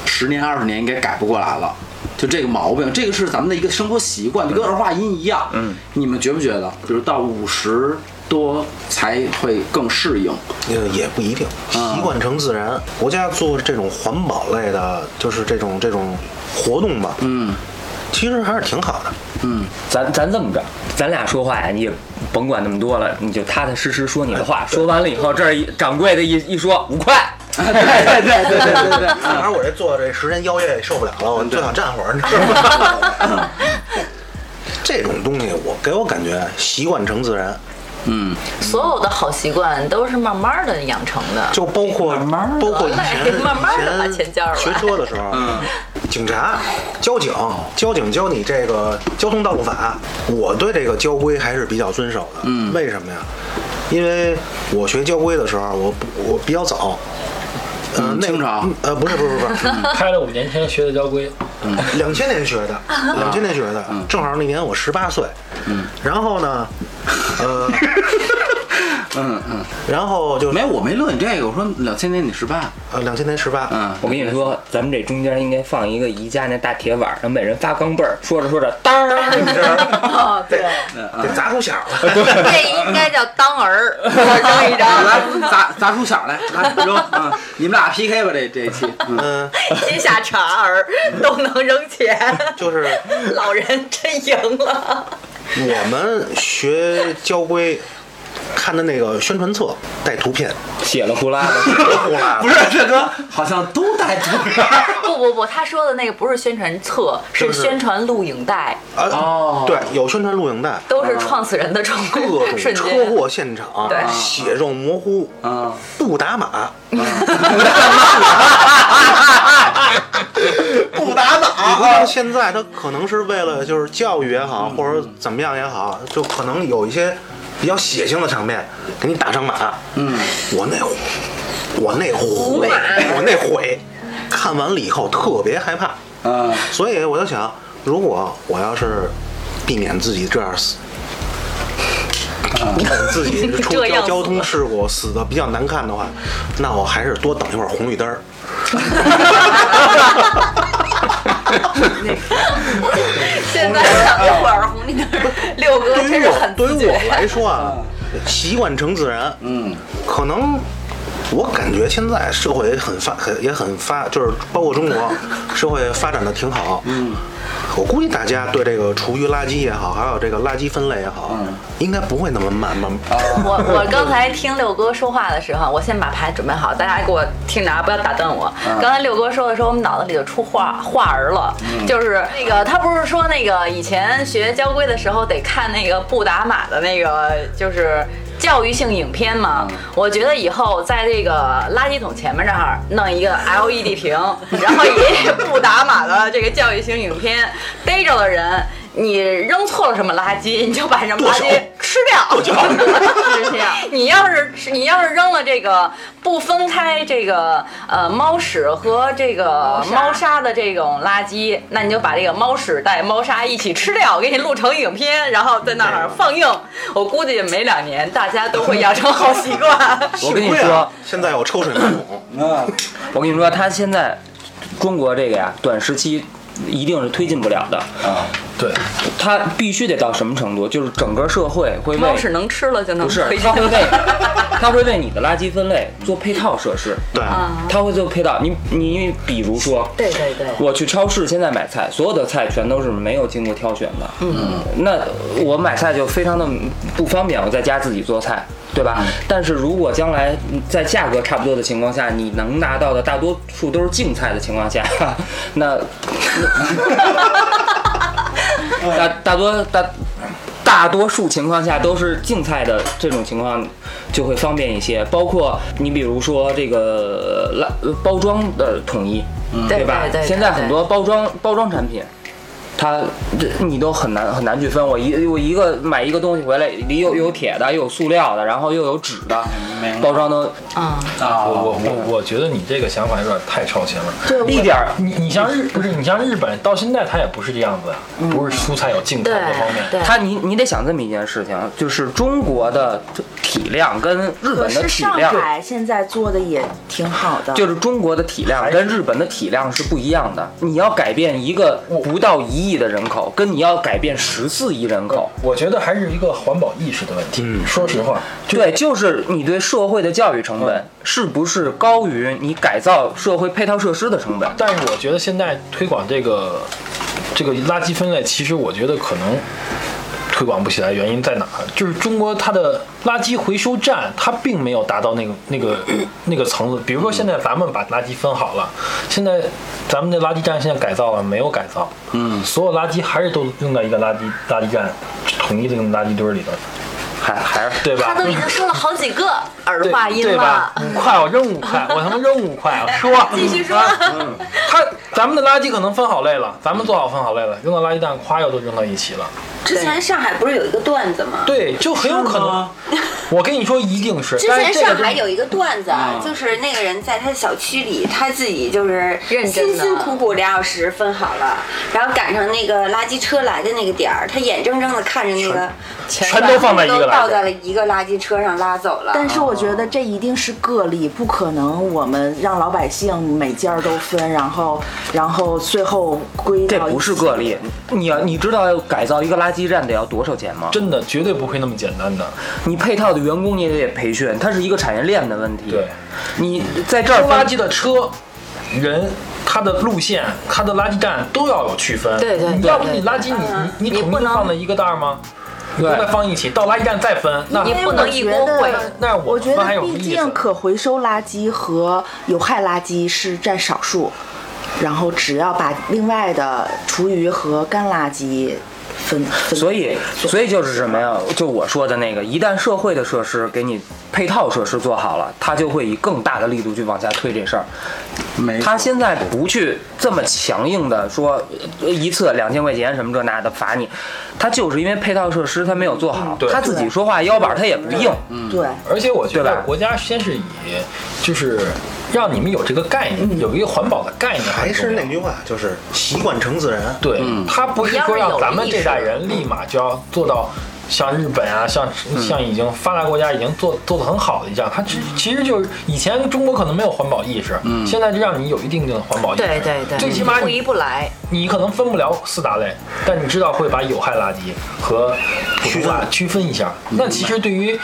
Speaker 1: 十年二十年应该改不过来了。就这个毛病，这个是咱们的一个生活习惯，就跟儿化音一样。
Speaker 6: 嗯，
Speaker 1: 你们觉不觉得，比如到五十多才会更适应？
Speaker 7: 呃也不一定，
Speaker 1: 啊
Speaker 7: 习惯成自然。国家做这种环保类的，就是这种这种活动吧，
Speaker 1: 嗯
Speaker 7: 其实还是挺好的。
Speaker 1: 嗯，
Speaker 6: 咱咱这么着，咱俩说话呀，你也甭管那么多了，你就踏踏实实说你的
Speaker 1: 哎
Speaker 6: 话。说完了以后，这儿一掌柜的一一说五块，
Speaker 1: 对啊对对对对对对，嗯
Speaker 7: 反正我这坐这时间腰也受不了了，我就想站会儿，你知道
Speaker 1: <laughs>
Speaker 7: 吗？这种东西我给我感觉习惯成自然，
Speaker 1: 嗯，
Speaker 2: 所有的好习惯都是慢慢的养成的。
Speaker 7: 就包括包括以前
Speaker 2: <laughs> 慢慢地把
Speaker 7: 以
Speaker 2: 钱交上来
Speaker 7: 学车的时候，
Speaker 1: 嗯
Speaker 7: 警察、交警、交警教你这个交通道路法，我对这个交规还是比较遵守的。
Speaker 1: 嗯
Speaker 7: 为什么呀？因为我学交规的时候，我不我比较早。呃
Speaker 1: 嗯，
Speaker 7: 那
Speaker 1: 清朝嗯
Speaker 7: 呃，不是不是不是，
Speaker 5: 开了五年前学的交规，
Speaker 7: 两千年学的，
Speaker 1: 嗯
Speaker 7: 两千年学的，正好那年我十八岁。嗯，然后呢，
Speaker 1: <laughs>
Speaker 7: 呃，
Speaker 1: 嗯嗯，
Speaker 7: 然后就
Speaker 1: 没有，我没乐你这个，我说两千年你十八，
Speaker 7: 呃两千年十八，
Speaker 1: 嗯，
Speaker 6: <laughs> 我跟你说，咱们这中间应该放一个宜家那大铁碗，让每人发钢镚儿，说着说着，当儿一声，
Speaker 7: 啊
Speaker 2: 哦，对，
Speaker 1: 嗯
Speaker 7: 得砸出响了。 <laughs>
Speaker 2: 这应该叫当儿，我扔一张。
Speaker 1: <laughs>
Speaker 7: <laughs>
Speaker 1: 来砸砸出响来，来扔，嗯，你们俩 PK 吧，这这一期，嗯，
Speaker 7: 嗯，
Speaker 2: 接下茬儿都能扔钱，
Speaker 7: 就是
Speaker 2: 老人真赢了。
Speaker 7: 我们学交规看的那个宣传册带图片，
Speaker 6: 血了呼啦的。 <laughs>
Speaker 1: 不是这哥好像都带图片儿
Speaker 2: 不不不，他说的那个不是宣传册，是
Speaker 7: 不是
Speaker 2: 宣传录影带，
Speaker 7: 啊，
Speaker 1: 哦
Speaker 7: 对，有宣传录影带，
Speaker 2: 都是创始人的创
Speaker 7: 各种
Speaker 2: <laughs> 瞬
Speaker 7: 车
Speaker 2: 间。
Speaker 7: 祸现场
Speaker 2: 对，
Speaker 7: 血肉模糊，
Speaker 1: <laughs> 啊，
Speaker 7: 不打码，不打
Speaker 2: 啊
Speaker 7: 码。你知道现在他可能是为了就是教育也
Speaker 2: 嗯
Speaker 7: 好，或者怎么样也好，就可能有一些比较血腥的场面，给你打上码。
Speaker 1: 嗯，
Speaker 7: 我那会我那悔，我那悔，看完了以后特别害怕，
Speaker 1: 啊，
Speaker 7: 所以我就想，如果我要是避免自己这样死。避免自己出
Speaker 2: 啊 <laughs> 这样死
Speaker 7: 交交通事故死的比较难看的话，那我还是多等一会儿红绿灯儿。
Speaker 2: 现在等一会儿红绿灯儿，六哥
Speaker 7: 对
Speaker 2: 真
Speaker 7: 于
Speaker 2: 是很
Speaker 7: 我对
Speaker 2: 自
Speaker 6: <laughs>
Speaker 7: 于我
Speaker 6: 嗯
Speaker 2: 觉。
Speaker 7: 来说啊，习惯成自然。
Speaker 1: 嗯，
Speaker 7: 可能我感觉现在社会很发，很也很发，就是包括中国社会发展的挺好。嗯，我估计大家对这个厨余垃圾也好，还有这个垃圾分类也好，
Speaker 6: 嗯
Speaker 7: 应该不会那么慢慢。
Speaker 2: 我 <laughs> 我刚才听六哥说话的时候，我先把牌准备好，大家给我听着啊，不要打断我。刚才六哥说的时候，我们脑子里就出画画儿了，就是那个他不是说那个以前学交规的时候得看那个不打码的那个就是。教育性影片嘛，我觉得以后在这个垃圾桶前面这儿弄一个 LED 屏，然后以不打码的这个教育性影片逮着的人，你扔错了什么垃圾，你就把什么垃圾吃掉，就是这样。 <laughs> 你要是你要是扔了这个不分开这个呃猫屎和这个呃猫砂的这种垃圾，那你就把这个猫屎带猫砂一起吃掉，给你录成影片，然后在那儿放映。我估计没两年，大家都会养成好习
Speaker 5: <laughs>
Speaker 2: 惯。
Speaker 6: 我跟你
Speaker 7: 幸亏啊
Speaker 6: 说，嗯
Speaker 7: 现在有抽水马桶，
Speaker 6: 我跟你说，他现在中国这个呀，短时期一定是推进不了的。
Speaker 1: 啊
Speaker 5: 对，
Speaker 6: 他必须得到什么程度？就是整个社会会为
Speaker 2: 猫屎能吃了就能
Speaker 6: 不是
Speaker 2: 推
Speaker 6: 他
Speaker 2: 荐
Speaker 6: 会为他会为你的垃圾分类做配套设施，
Speaker 7: 对，
Speaker 6: 他会做配套。你你比如说，
Speaker 2: 啊对对对，
Speaker 6: 我去超市现在买菜，所有的菜全都是没有经过挑选的。嗯，那我买菜就非常的不方便，我在家自己做菜，对
Speaker 2: 嗯
Speaker 6: 吧？但是如果将来在价格差不多的情况下，你能拿到的大多数都是净菜的情况下， <laughs> 那大大多大。大多数情况下都是净菜的这种情况就会方便一些，包括你比如说这个呃垃呃包装的统一，
Speaker 2: 对
Speaker 6: 吧？
Speaker 2: 嗯对对对
Speaker 6: 现在很多包装包装产品，它这你都很难很难去分。我一我一个买一个东西回来，里有有铁的，又有塑料的，然后又有纸的，包装都
Speaker 2: 嗯，
Speaker 1: 啊
Speaker 5: 我我我我觉得你这个想法有点太超前了。
Speaker 6: 一点儿
Speaker 5: 你你像日不是你像日本到现在它也不是这样子啊，不是蔬菜有净菜
Speaker 2: 嗯对
Speaker 5: 各方面。
Speaker 2: 对。
Speaker 6: 他你你得想这么一件事情，就是中国的体量跟日
Speaker 4: 可
Speaker 6: 本
Speaker 4: 是
Speaker 6: 的体
Speaker 4: 上
Speaker 6: 量，
Speaker 4: 海现在做的也挺好的，
Speaker 6: 就是中国的体量跟日本的体量是不一样的。你要改变一个不到一亿的人口，跟你要改变十四亿人口，
Speaker 5: 我觉得还是一个环保意识的问题。说实话，就
Speaker 6: 对，就是你对社会的教育成本是不是高于你改造社会配套设施的成本？
Speaker 5: 但是我觉得现在推广这个这个垃圾分类，其实我觉得可能推广不起来，原因在哪儿？就是中国它的垃圾回收站，它并没有达到那个那个那个层次。比如说现在咱们把垃圾分好了，现在咱们的垃圾站现在改造了没有改造？嗯，所有垃圾还是都用在一个垃圾垃圾站统一的那个垃圾堆里头，
Speaker 6: 还还是
Speaker 5: 对吧？
Speaker 2: 他都已经说了好几个儿
Speaker 5: 对
Speaker 2: 化音
Speaker 5: 对吧
Speaker 2: 了？，
Speaker 5: 五块我扔五块，我他妈扔五块，我说
Speaker 2: <laughs>
Speaker 5: 嗯
Speaker 2: 继续说，
Speaker 5: 他咱们的垃圾可能分好类了，咱们做好分好类了，扔到垃圾站，夸又都扔到一起了。
Speaker 3: 之前上海不是有一个段子吗？
Speaker 5: 对，就很有可能。我跟你说，一定是。
Speaker 3: 之
Speaker 5: 但
Speaker 3: 前
Speaker 5: 是这个
Speaker 3: 上
Speaker 5: 东嗯
Speaker 3: 海
Speaker 5: 西
Speaker 3: 有一个段子，啊，就是那个人在他的小区里，他自己就是
Speaker 2: 认真
Speaker 3: 辛
Speaker 2: 的
Speaker 3: 辛苦苦俩小时分好了，然后赶上那个垃圾车来的那个点儿，他眼睁睁的看着那个
Speaker 5: 全都放在一个
Speaker 3: 都
Speaker 5: 垃
Speaker 3: 倒
Speaker 5: 圾
Speaker 3: 在了一个垃圾车上拉走了。
Speaker 4: 但是我觉得这一定是个例，不可能我们让老百姓每家都分，然后然后最后归
Speaker 6: 这
Speaker 4: 到
Speaker 6: 不
Speaker 4: 一
Speaker 6: 是
Speaker 4: 起
Speaker 6: 个例。你要你知道要改造一个垃圾站得要多少钱吗？
Speaker 5: 真的绝对不会那么简单的。
Speaker 6: 你配套的员工你也得培训，它是一个产业链的问题。
Speaker 5: 对，
Speaker 6: 你在这儿
Speaker 5: 扔
Speaker 6: 分
Speaker 5: 垃圾的车、人、它的路线、它的垃圾站都要有区分。
Speaker 2: 对对对
Speaker 5: 你要不你垃圾
Speaker 3: 嗯
Speaker 5: 你你你
Speaker 2: 你
Speaker 5: 统
Speaker 2: 不
Speaker 5: 一
Speaker 2: 能
Speaker 5: 放在一个袋儿吗？
Speaker 6: 对
Speaker 5: 都再放一起，到垃圾站再分。那
Speaker 2: 你
Speaker 4: 因为
Speaker 2: 不
Speaker 4: 我
Speaker 2: 能一
Speaker 4: 觉
Speaker 2: 锅
Speaker 4: 得
Speaker 2: 烩
Speaker 5: 那我
Speaker 4: 我觉
Speaker 5: 们还有
Speaker 4: 得，
Speaker 5: 什么
Speaker 4: 毕
Speaker 5: 意
Speaker 4: 竟
Speaker 5: 思
Speaker 4: 可回收垃圾和有害垃圾是占少数，然后只要把另外的厨余和干垃圾分分。
Speaker 6: 所以，所以就是什么呀？就我说的那个，一旦社会的设施给你配套设施做好了，它就会以更大的力度去往下推这事儿。
Speaker 1: 没
Speaker 6: 他
Speaker 1: 错
Speaker 6: 现在不去这么强硬的说呃一次两千块钱什么这那的罚你，他就是因为配套设施他没有做好，
Speaker 5: 对
Speaker 6: 他自己说话腰板他也不硬。
Speaker 5: 嗯
Speaker 4: 对，
Speaker 5: 而且我觉
Speaker 6: 对
Speaker 5: 得
Speaker 6: 吧
Speaker 5: 国家先是以就是让你们有这个概念，有一个环保的概念
Speaker 7: 还
Speaker 5: 很重
Speaker 7: 是
Speaker 5: 要，
Speaker 7: 那句话，就是习惯成自然。
Speaker 5: 对，他不是说让咱们这代人立马就要做到像日本啊，像像已经发达国家已经做做得很好的一样，它其其实就是以前中国可能没有环保意识，现在就让你有一定的环保意识，
Speaker 2: 对对对，
Speaker 5: 最起码
Speaker 2: 不
Speaker 5: 你
Speaker 2: 一不来，
Speaker 5: 你可能分不了四大类，但你知道会把有害垃圾和普通垃圾区分一下。那其实对于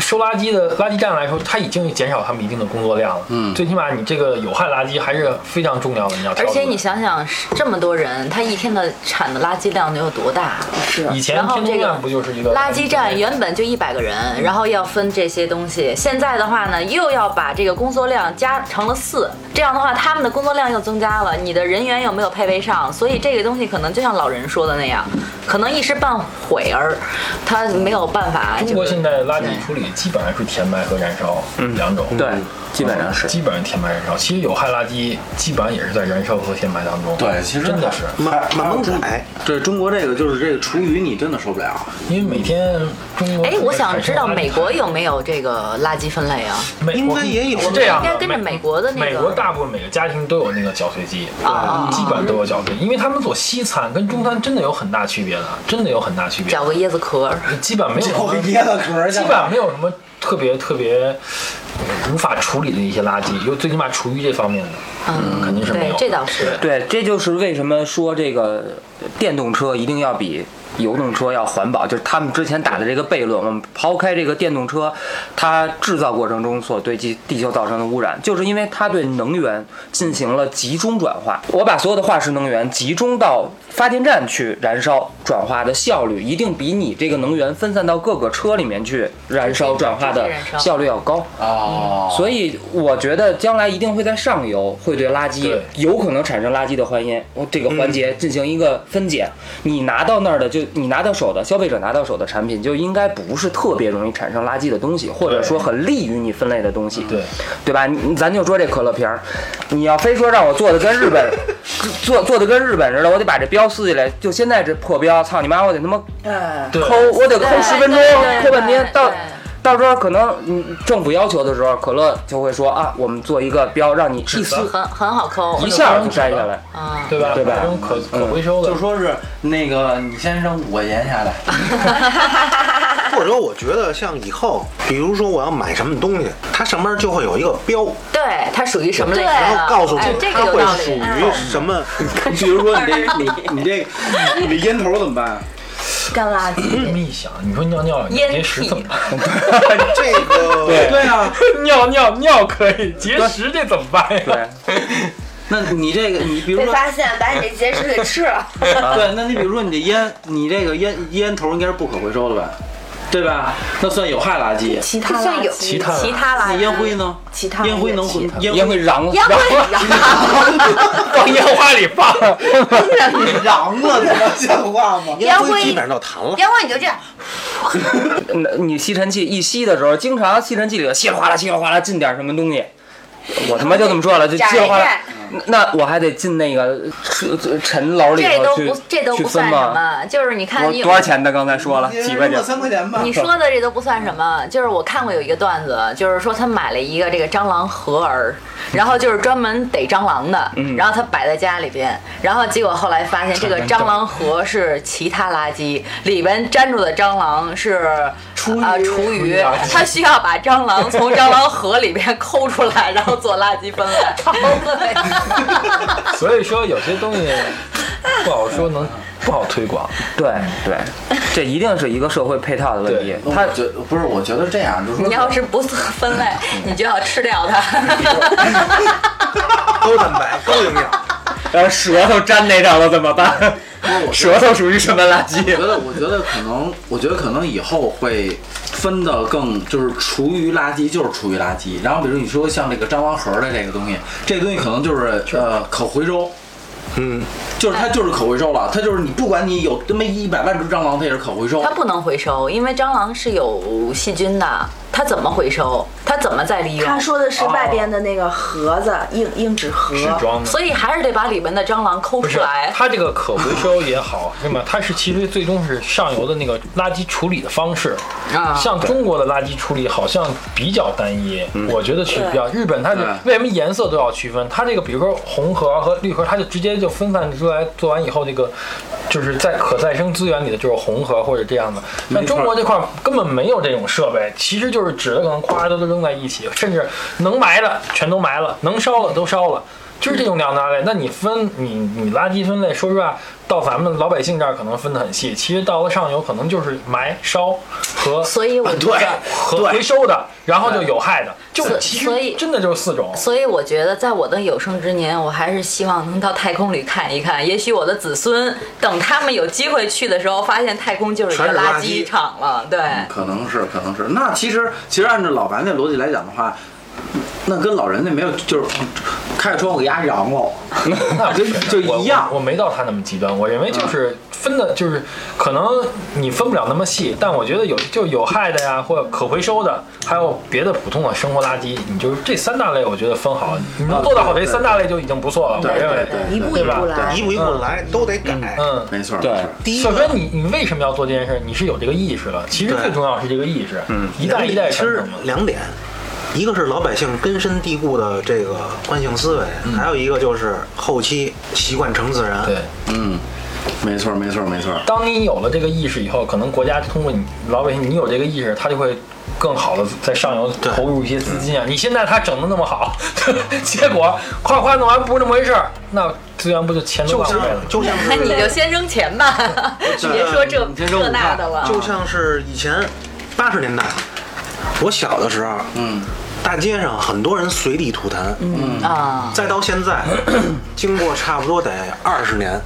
Speaker 5: 收垃圾的垃圾站来说，它已经减少他们一定的工作量了。嗯，最起码你这个有害垃圾还是非常重要的，你要。
Speaker 2: 而且你，想想，这么多人，他一天的产的垃圾量能有多大？
Speaker 4: 是
Speaker 5: 以前
Speaker 2: 然后
Speaker 5: 天通
Speaker 2: 这个
Speaker 5: 苑不就是一个
Speaker 2: 垃圾站原本就一百个人，然后要分这些东西。现在的话呢，又要把这个工作量加成了四，这样的话，他们的工作量又增加了，你的人员又没有配备上，所以这个东西可能就像老人说的那样，可能一时半会儿，他没有办法。
Speaker 5: 中国
Speaker 2: 就是
Speaker 5: 现在垃圾处理基本上是填埋和燃烧两种，
Speaker 6: 对，基本上是。
Speaker 5: 基本上填埋燃烧。其实有害垃圾基本上也是在燃烧和填埋当中。
Speaker 1: 对其实
Speaker 5: 真的是，
Speaker 7: 慢慢慢改，
Speaker 1: 对中国这个就是这个厨余，你真的受不了。
Speaker 5: 因为每天中国
Speaker 2: 哎，我想知道美国
Speaker 5: 有。
Speaker 2: 有没有这个垃圾分类啊？
Speaker 5: 美
Speaker 7: 应该也有
Speaker 5: 是这样
Speaker 2: 应
Speaker 5: 的，
Speaker 2: 该跟着美国的那个
Speaker 5: 美国大部分每个家庭都有那个搅碎机，
Speaker 2: 啊
Speaker 5: 基本上都有搅碎，因为他们做西餐跟中餐真的有很大区别的，真的有很大区别
Speaker 2: 搅，个椰子壳儿，
Speaker 5: 基本没有什么，
Speaker 1: 椰子壳
Speaker 5: 基本上没有什么特别特别无法处理的一些垃圾，有最起码厨余这方面的，
Speaker 2: 嗯，
Speaker 5: 肯定是没
Speaker 2: 对
Speaker 5: 有，的。
Speaker 2: 这倒是。
Speaker 6: 对，这就是为什么说这个电动车一定要比油动车要环保，就是他们之前打的这个悖论。我们抛开这个电动车，它制造过程中所对地地球造成的污染，就是因为它对能源进行了集中转化。我把所有的化石能源集中到发电站去燃烧转化的效率，一定比你这个能源分散到各个车里面去燃烧转化的
Speaker 2: 直接燃烧
Speaker 6: 效率要高。
Speaker 1: 哦，
Speaker 6: 所以我觉得将来一定会在上游会对垃圾
Speaker 5: 对嗯
Speaker 6: 有可能产生垃圾的环烟这个环节进行一个分解。你拿到那儿的就你拿到手的消费者拿到手的产品就应该不是特别容易产生垃圾的东西，或者说很利于你分类的东西，
Speaker 5: 对
Speaker 6: 对吧？你咱就说这可乐瓶儿，你要非说让我做的跟日
Speaker 5: <laughs>
Speaker 6: 本做做的跟日本似的，我得把这标撕下来，就现在这破标，操你妈，我得他妈
Speaker 4: 哎，
Speaker 5: 对
Speaker 6: 抠，我得抠
Speaker 2: 对
Speaker 6: 十分钟
Speaker 2: 对对，
Speaker 6: 抠半天
Speaker 2: 对
Speaker 6: 到
Speaker 2: 对。
Speaker 6: 到时候可能嗯政府要求的时候，可乐就会说啊，我们做一个标，让你一
Speaker 5: 纸
Speaker 6: 撕
Speaker 5: 的
Speaker 2: 很很好抠
Speaker 6: 一下就摘下来。
Speaker 2: 啊。
Speaker 5: 对吧？
Speaker 6: 对吧嗯
Speaker 5: 这种可可回收的
Speaker 1: 就，说是那个你先让我延下来，
Speaker 7: 或者说我觉得像以后，比如说我要买什么东西，它上面就会有一个标，
Speaker 2: 对，它属于什么类型的？
Speaker 7: 然后告诉你
Speaker 2: 哎这个
Speaker 7: 它
Speaker 2: 有
Speaker 7: 会
Speaker 2: 道
Speaker 7: 属
Speaker 2: 理。嗯
Speaker 7: 于
Speaker 1: <laughs>
Speaker 7: 什么。
Speaker 1: 比如说你这你你这你这烟头怎么办？
Speaker 4: 干垃圾。
Speaker 5: 这么一想，你说尿尿，你
Speaker 2: 烟
Speaker 5: 结石
Speaker 2: 屁
Speaker 5: 怎么办？
Speaker 7: 这个
Speaker 1: 对啊，
Speaker 5: <laughs> 尿尿尿可以， <laughs> 结石这怎么办呀？
Speaker 6: <laughs> 对，
Speaker 1: 那你这个你比如
Speaker 3: 被
Speaker 1: 说
Speaker 3: 发现，把你这结石给吃
Speaker 5: <laughs>
Speaker 3: 了。
Speaker 1: 对，那你比如说你这烟，你这个烟烟头应该是不可回收的吧？对吧？那算有害垃圾。
Speaker 4: 其他
Speaker 3: 这算
Speaker 4: 垃
Speaker 3: 有
Speaker 4: 圾
Speaker 5: 其他的
Speaker 2: 其他
Speaker 1: 那
Speaker 2: 垃圾
Speaker 1: 烟灰呢？
Speaker 4: 其他
Speaker 1: 烟灰能
Speaker 4: 其他
Speaker 1: 烟
Speaker 6: 烟
Speaker 1: 灰
Speaker 6: 会瓤了，
Speaker 2: 烟灰
Speaker 5: 往烟花里 <laughs> 放，
Speaker 1: 瓤了，他妈像话吗？
Speaker 7: 烟
Speaker 3: 烟
Speaker 7: 灰
Speaker 3: 灰
Speaker 7: 基本上到痰了。
Speaker 3: 要不你就这样，
Speaker 6: 那你吸尘器一吸的时候，经常吸尘器里稀里哗啦、稀里哗啦进点什么东西。我他妈就这么说了，就稀
Speaker 3: 假
Speaker 6: 里哗
Speaker 3: 人
Speaker 6: 啦。那那我还得进那个尘尘篓里
Speaker 2: 这
Speaker 6: 头
Speaker 2: 都
Speaker 6: 去
Speaker 2: 不这都
Speaker 6: 去
Speaker 2: 不
Speaker 6: 分
Speaker 2: 算什
Speaker 6: 吗？
Speaker 2: 么，就是你看
Speaker 6: 我
Speaker 2: 你有
Speaker 6: 多少钱的？刚才说了几块钱，
Speaker 1: 三块钱吧
Speaker 2: 你说的这都不算什么，就是我看过有一个段子，就是说他买了一个这个蟑螂盒儿，然后就是专门逮蟑螂的，然后他摆在家里边，然后结果后来发现这个蟑螂盒是其他垃圾，里边粘住的蟑螂是厨啊厨
Speaker 5: 厨
Speaker 2: 余
Speaker 5: 余垃圾，
Speaker 2: 他需要把蟑螂从蟑螂盒里边抠出来，然后做垃圾分类。
Speaker 5: 所以说有些东西不好说能不好推广。
Speaker 6: 对对，这一定是一个社会配套的问题
Speaker 5: 对。
Speaker 1: 他觉不是，我觉得这样就是说
Speaker 2: <laughs> 你要是不做分 <laughs> 类，你就要吃掉它。 <laughs>
Speaker 7: 高蛋白、高营
Speaker 2: 嗯
Speaker 7: 养，
Speaker 6: 然后哎舌头粘那上了怎么办？舌头属于什么垃
Speaker 1: 我
Speaker 6: 圾？
Speaker 1: 觉得，我觉得可能，我觉得可能以后会分的更，就是厨余垃圾就是厨余垃圾。然后比如你说像这个蟑螂盒的这个东西，这个东西可能就是呃可回收，
Speaker 7: 嗯，
Speaker 1: 就是它就是可回收了，它就是你不管你有那么一百万只蟑螂，它也是可回收
Speaker 2: 它。不能回收，因为蟑螂是有细菌的，它怎么回收，它怎么再利用
Speaker 4: 他。说的是外边的那个盒子，硬硬纸盒，
Speaker 5: 纸哦装的。
Speaker 2: 所以还是得把里面的蟑螂抠
Speaker 5: 不
Speaker 2: 出
Speaker 5: 是
Speaker 2: 来，。
Speaker 5: 它这个可回收也好，是吗？它是其实最终是上游的那个垃圾处理的方式
Speaker 2: 啊
Speaker 5: 像中国的垃圾处理好像比较单一，我觉得区别比较。日本它是为什么颜色都要区分？它这个比如说红盒和绿盒，它就直接就分散出来，做完以后这个就是在可再生资源里的就是红盒或者这样的。但中国这块儿根本没有这种设备，其实就是纸的可能夸都都扔在一起，甚至能埋的全都埋了，能烧的都烧了。就是这种两大类。那你分你你垃圾分类，说实话，到咱们老百姓这儿可能分得很细，其实到了上游可能就是埋、烧和
Speaker 2: 所以我觉得，
Speaker 5: 和回收的，然后就有害的，就其
Speaker 2: 所
Speaker 5: 实
Speaker 2: 以
Speaker 5: 真的就是四种。
Speaker 2: 所以我觉得，在我的有生之年，我还是希望能到太空里看一看。也许我的子孙等他们有机会去的时候，发现太空就是一个
Speaker 7: 全是垃
Speaker 2: 垃
Speaker 7: 圾
Speaker 2: 圾场了。对，
Speaker 1: 可能是，可能是。那其实，其实按照老白那逻辑来讲的话，那跟老人那没有，就是开着窗户给丫嚷喽，
Speaker 5: 那
Speaker 1: 就就
Speaker 5: 我
Speaker 1: 一样
Speaker 5: 我，。我没到他那么极端，我认为就是分的，就是可能你分不了那么细，但我觉得有就有害的呀，或者可回收的，还有别的普通的生活垃圾，你就是这三大类，我觉得分好，你能做到好这三大类就已经不错了，我
Speaker 1: 对
Speaker 5: 认为。
Speaker 1: 对
Speaker 4: 一步一步
Speaker 5: 对
Speaker 4: 来
Speaker 7: 一。步一步来，都得改。
Speaker 5: 嗯，
Speaker 1: 没错，
Speaker 6: 对
Speaker 1: 没错
Speaker 7: 第一
Speaker 5: 首
Speaker 7: 个
Speaker 5: 先，你你为什么要做这件事？你是有这个意识了。其实
Speaker 7: 对
Speaker 5: 最重要的是这个意识，
Speaker 7: 嗯，
Speaker 5: 一代一代
Speaker 7: 其
Speaker 5: 传
Speaker 7: 实
Speaker 5: 承嘛。
Speaker 7: 两点，一个是老百姓根深蒂固的这个惯性思维，还有一个就是后期习惯成自然。
Speaker 5: 嗯对，，
Speaker 1: 嗯，没错，没错，没错。
Speaker 5: 当你有了这个意识以后，可能国家通过你老百姓，你有这个意识，他就会更好的在上游
Speaker 7: 对嗯
Speaker 5: 投入一些资金啊。你现在他整的那么好， <laughs> 结果夸夸弄完不是那么回事儿，那资源不就钱都
Speaker 7: 就
Speaker 5: 浪费
Speaker 7: 像
Speaker 5: 了？
Speaker 7: 就像
Speaker 2: 那你
Speaker 7: 是
Speaker 2: 就先扔钱吧， <laughs> 别说这
Speaker 1: 你先扔
Speaker 2: 这
Speaker 1: 五
Speaker 2: 那
Speaker 1: 块
Speaker 2: 的了。
Speaker 7: 就像是以前八十年代，我小的时候，
Speaker 1: 嗯，
Speaker 7: 大街上很多人随地吐痰，嗯，
Speaker 2: 啊，
Speaker 7: 再到现在，经过差不多得二十年，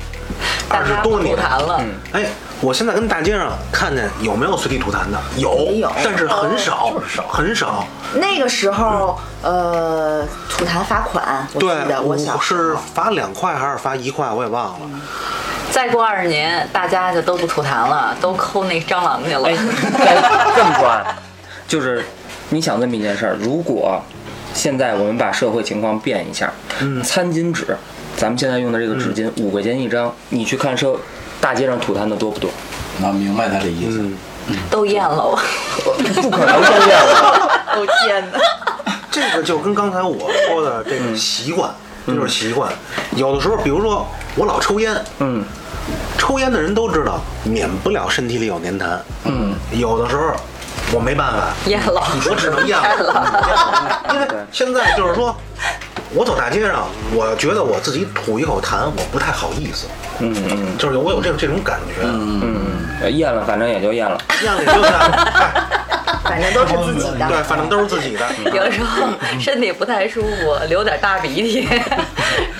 Speaker 2: 大
Speaker 7: 二十
Speaker 2: 家
Speaker 7: 多
Speaker 2: 不
Speaker 7: 年，
Speaker 2: 谈了，
Speaker 7: 哎，我现在跟大街上看见有没有随地吐痰的？有，但是很少，很少。
Speaker 4: 那个时候，呃，吐痰罚款，我记
Speaker 7: 对，
Speaker 4: 得我小时
Speaker 7: 是
Speaker 4: 候
Speaker 7: 罚两块还是罚一块，我也忘了。
Speaker 2: 再过二十年，大家就都不吐痰了，都抠那蟑螂去了。
Speaker 6: 哎，咱这么说啊，就是你想这么一件事儿，如果现在我们把社会情况变一下，嗯，餐巾纸，咱们现在用的这个纸巾五块钱一张，你去看社大街上吐痰的多不 <laughs> 多？
Speaker 1: 那明白他的意思。
Speaker 2: 都咽了 <laughs> 我，
Speaker 6: 不可能都这样吧
Speaker 4: 都见的。
Speaker 7: 这个就跟刚才我说的这个习惯，这就是习惯。有的时候，比如说我老抽烟，
Speaker 6: 嗯，
Speaker 7: 抽烟的人都知道，免不了身体里有粘痰。嗯，有的时候我没办法，
Speaker 2: 咽了。
Speaker 7: 我只能咽
Speaker 1: <laughs>
Speaker 7: 了，因为现在就是说，我走大街上，我觉得我自己吐一口痰，我不太好意思，
Speaker 6: 嗯嗯
Speaker 7: 就是我有这这种感觉，
Speaker 6: 嗯，咽了，反正也就咽了。
Speaker 7: 咽了也就在，
Speaker 4: 反正都是自己的。嗯
Speaker 7: 对，反正都是自己的。
Speaker 2: 有时候身体不太舒服，流点大鼻涕，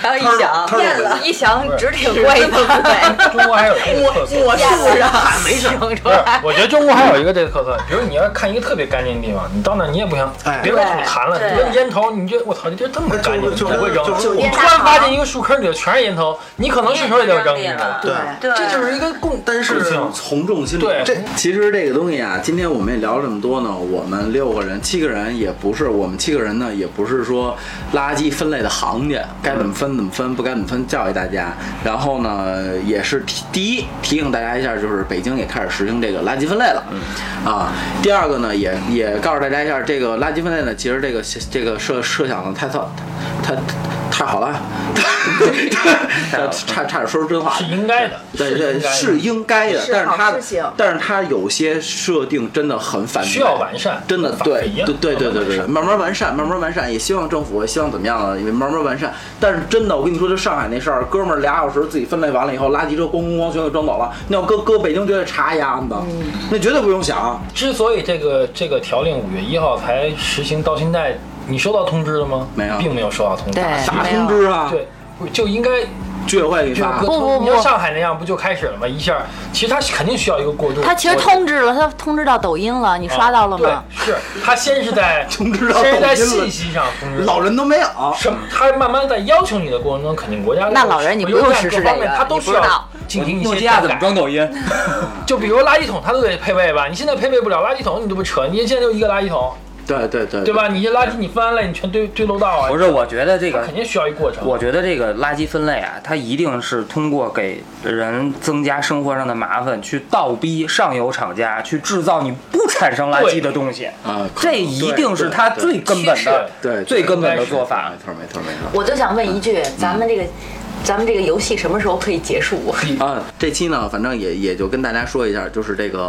Speaker 2: 然后一想
Speaker 7: 摊儿
Speaker 2: 咽
Speaker 7: 摊儿
Speaker 2: 了，一想直挺怪 <laughs> 的，对，
Speaker 5: 中国还
Speaker 7: <laughs>
Speaker 5: 有这个特色，
Speaker 4: 我树上
Speaker 7: 没
Speaker 2: <laughs>
Speaker 7: 事，
Speaker 2: 听出
Speaker 5: 不是
Speaker 2: 来，。
Speaker 5: 我觉得中国还有一个这个特色，比如你要看一个特别干净的地方，你到那儿你也不想
Speaker 7: 哎，
Speaker 5: 别说吐痰了，
Speaker 2: 对
Speaker 5: 你扔烟头，你觉得我操，这地儿这么干净，
Speaker 7: 就
Speaker 5: 你不会扔。
Speaker 7: 就就
Speaker 5: 你突然发现一个树坑里头全是烟头，你可能顺手也就扔一个。
Speaker 7: 对，
Speaker 3: 对，
Speaker 5: 这就是一个共，
Speaker 7: 但是
Speaker 5: 共性
Speaker 1: 从众心理。
Speaker 5: 对
Speaker 1: 这其实这个东西啊，今天我们也聊了这么多呢。我们六个人，七个人也不是，我们七个人呢也不是说垃圾分类的行家，该怎么分怎么分，不该怎么分教育大家。然后呢，也是提第一提醒大家一下，就是北京也开始实行这个垃圾分类了。
Speaker 5: 嗯
Speaker 1: 啊，第二个呢，也也告诉大家一下，这个垃圾分类呢，其实这个这个设设想的太操太太好了， <laughs> 差差点说出真话
Speaker 5: 是。应该的，
Speaker 1: 对对，
Speaker 5: 是
Speaker 1: 是应该的，
Speaker 4: 是
Speaker 1: 但
Speaker 4: 好
Speaker 1: 是它
Speaker 4: 事情
Speaker 1: 但是它有些设定真的很反人
Speaker 5: 需要完善
Speaker 1: 真的
Speaker 5: 法
Speaker 1: 对
Speaker 5: 律一样
Speaker 1: 对对对对对，
Speaker 5: 慢慢完善
Speaker 1: 慢慢完善，慢慢完善，也希望政府希望怎么样呢？也慢慢完善。但是真的，我跟你说，就上海那事儿，哥们儿俩小时自己分类完了以后，垃圾车咣咣咣全给装走了，那要搁搁北京绝对查一案子，
Speaker 4: 嗯
Speaker 1: 那绝对不用想。
Speaker 5: 之所以这个这个条令五月一号才实行，到现在你收到通知了吗？
Speaker 1: 没有
Speaker 5: 并没有收到通知。
Speaker 4: 哎
Speaker 2: 对
Speaker 1: 啥
Speaker 2: 没
Speaker 1: 通
Speaker 2: 有
Speaker 1: 知啊？
Speaker 5: 对，不就应该
Speaker 1: 居委会给你
Speaker 5: 就
Speaker 1: 发
Speaker 5: 各。
Speaker 2: 不不
Speaker 5: 你像
Speaker 2: 不
Speaker 5: 上海那样，不就开始了吗？一下，其实它肯定需要一个过渡。
Speaker 2: 他其实通知了，他通知到抖音了，你
Speaker 5: 啊
Speaker 2: 刷到了吗？
Speaker 5: 对，是他先是
Speaker 6: <laughs>
Speaker 5: 在
Speaker 1: 通知到抖音了
Speaker 5: 先是在信息上通知。
Speaker 1: 老人都没有，
Speaker 5: 什么？他慢慢在要求你的过程中，肯定国家
Speaker 2: 那老人你不用实施这个
Speaker 5: 他都
Speaker 2: 你不
Speaker 5: 需
Speaker 2: 知
Speaker 5: 要
Speaker 2: 道
Speaker 5: 进行一
Speaker 6: 诺
Speaker 5: 些
Speaker 6: 基亚
Speaker 5: 加
Speaker 6: 怎么
Speaker 5: 改。
Speaker 6: 装抖音？
Speaker 5: 就比如垃圾桶，它都得配备吧。你现在配备不了垃圾桶，你这不扯？你现在就一个垃圾桶，
Speaker 1: 对对对，
Speaker 5: 对吧？你这垃圾你翻了，你全堆堆楼道啊，
Speaker 6: 不是，我觉得这
Speaker 5: 它
Speaker 6: 个
Speaker 5: 肯定需要一过程。
Speaker 6: 我觉得这个垃圾分类啊，它一定是通过给人增加生活上的麻烦，去倒逼上游厂家去制造你不产生垃圾的东西。
Speaker 1: 啊，可
Speaker 6: 这一定是它最根本的、
Speaker 1: 对对
Speaker 6: 最根本的做
Speaker 1: 对
Speaker 6: 法
Speaker 1: 没。错没错没错。
Speaker 2: 我就想问一句，咱们这个，咱们这个游戏什么时候可以结束？
Speaker 1: 啊，这期呢，反正也也就跟大家说一下，就是这个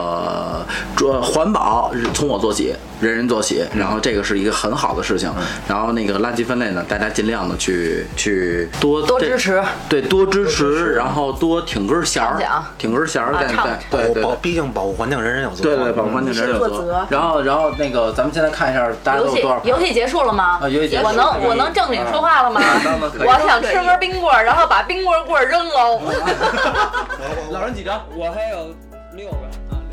Speaker 1: 呃环保从我做起，人人做起，然后这个是一个很好的事情。然后那个垃圾分类呢，大家尽量的去去多
Speaker 2: 多
Speaker 1: 这
Speaker 2: 支持，
Speaker 1: 对，多支持，然后多挺根弦儿
Speaker 2: 想想，
Speaker 1: 挺根弦儿，
Speaker 2: 啊
Speaker 1: 在
Speaker 2: 唱
Speaker 1: 在
Speaker 7: 保
Speaker 1: 对对
Speaker 7: 保，
Speaker 1: 对。
Speaker 7: 毕竟保护环境，人人有责。
Speaker 1: 对对，保护环境人有
Speaker 4: 有
Speaker 1: 责
Speaker 4: 责。
Speaker 1: 然后，然后那个，咱们现在看一下，大家
Speaker 2: 游
Speaker 1: 都有
Speaker 2: 戏
Speaker 1: 多少？
Speaker 2: 游戏结束了吗？
Speaker 1: 啊游戏结束
Speaker 2: 我能我能正经说话了吗？
Speaker 1: 当然可以
Speaker 2: 我想吃根冰棍儿，然后把冰棍儿棍儿扔喽。
Speaker 7: 我我
Speaker 1: 老人几张？
Speaker 6: 我还有六个。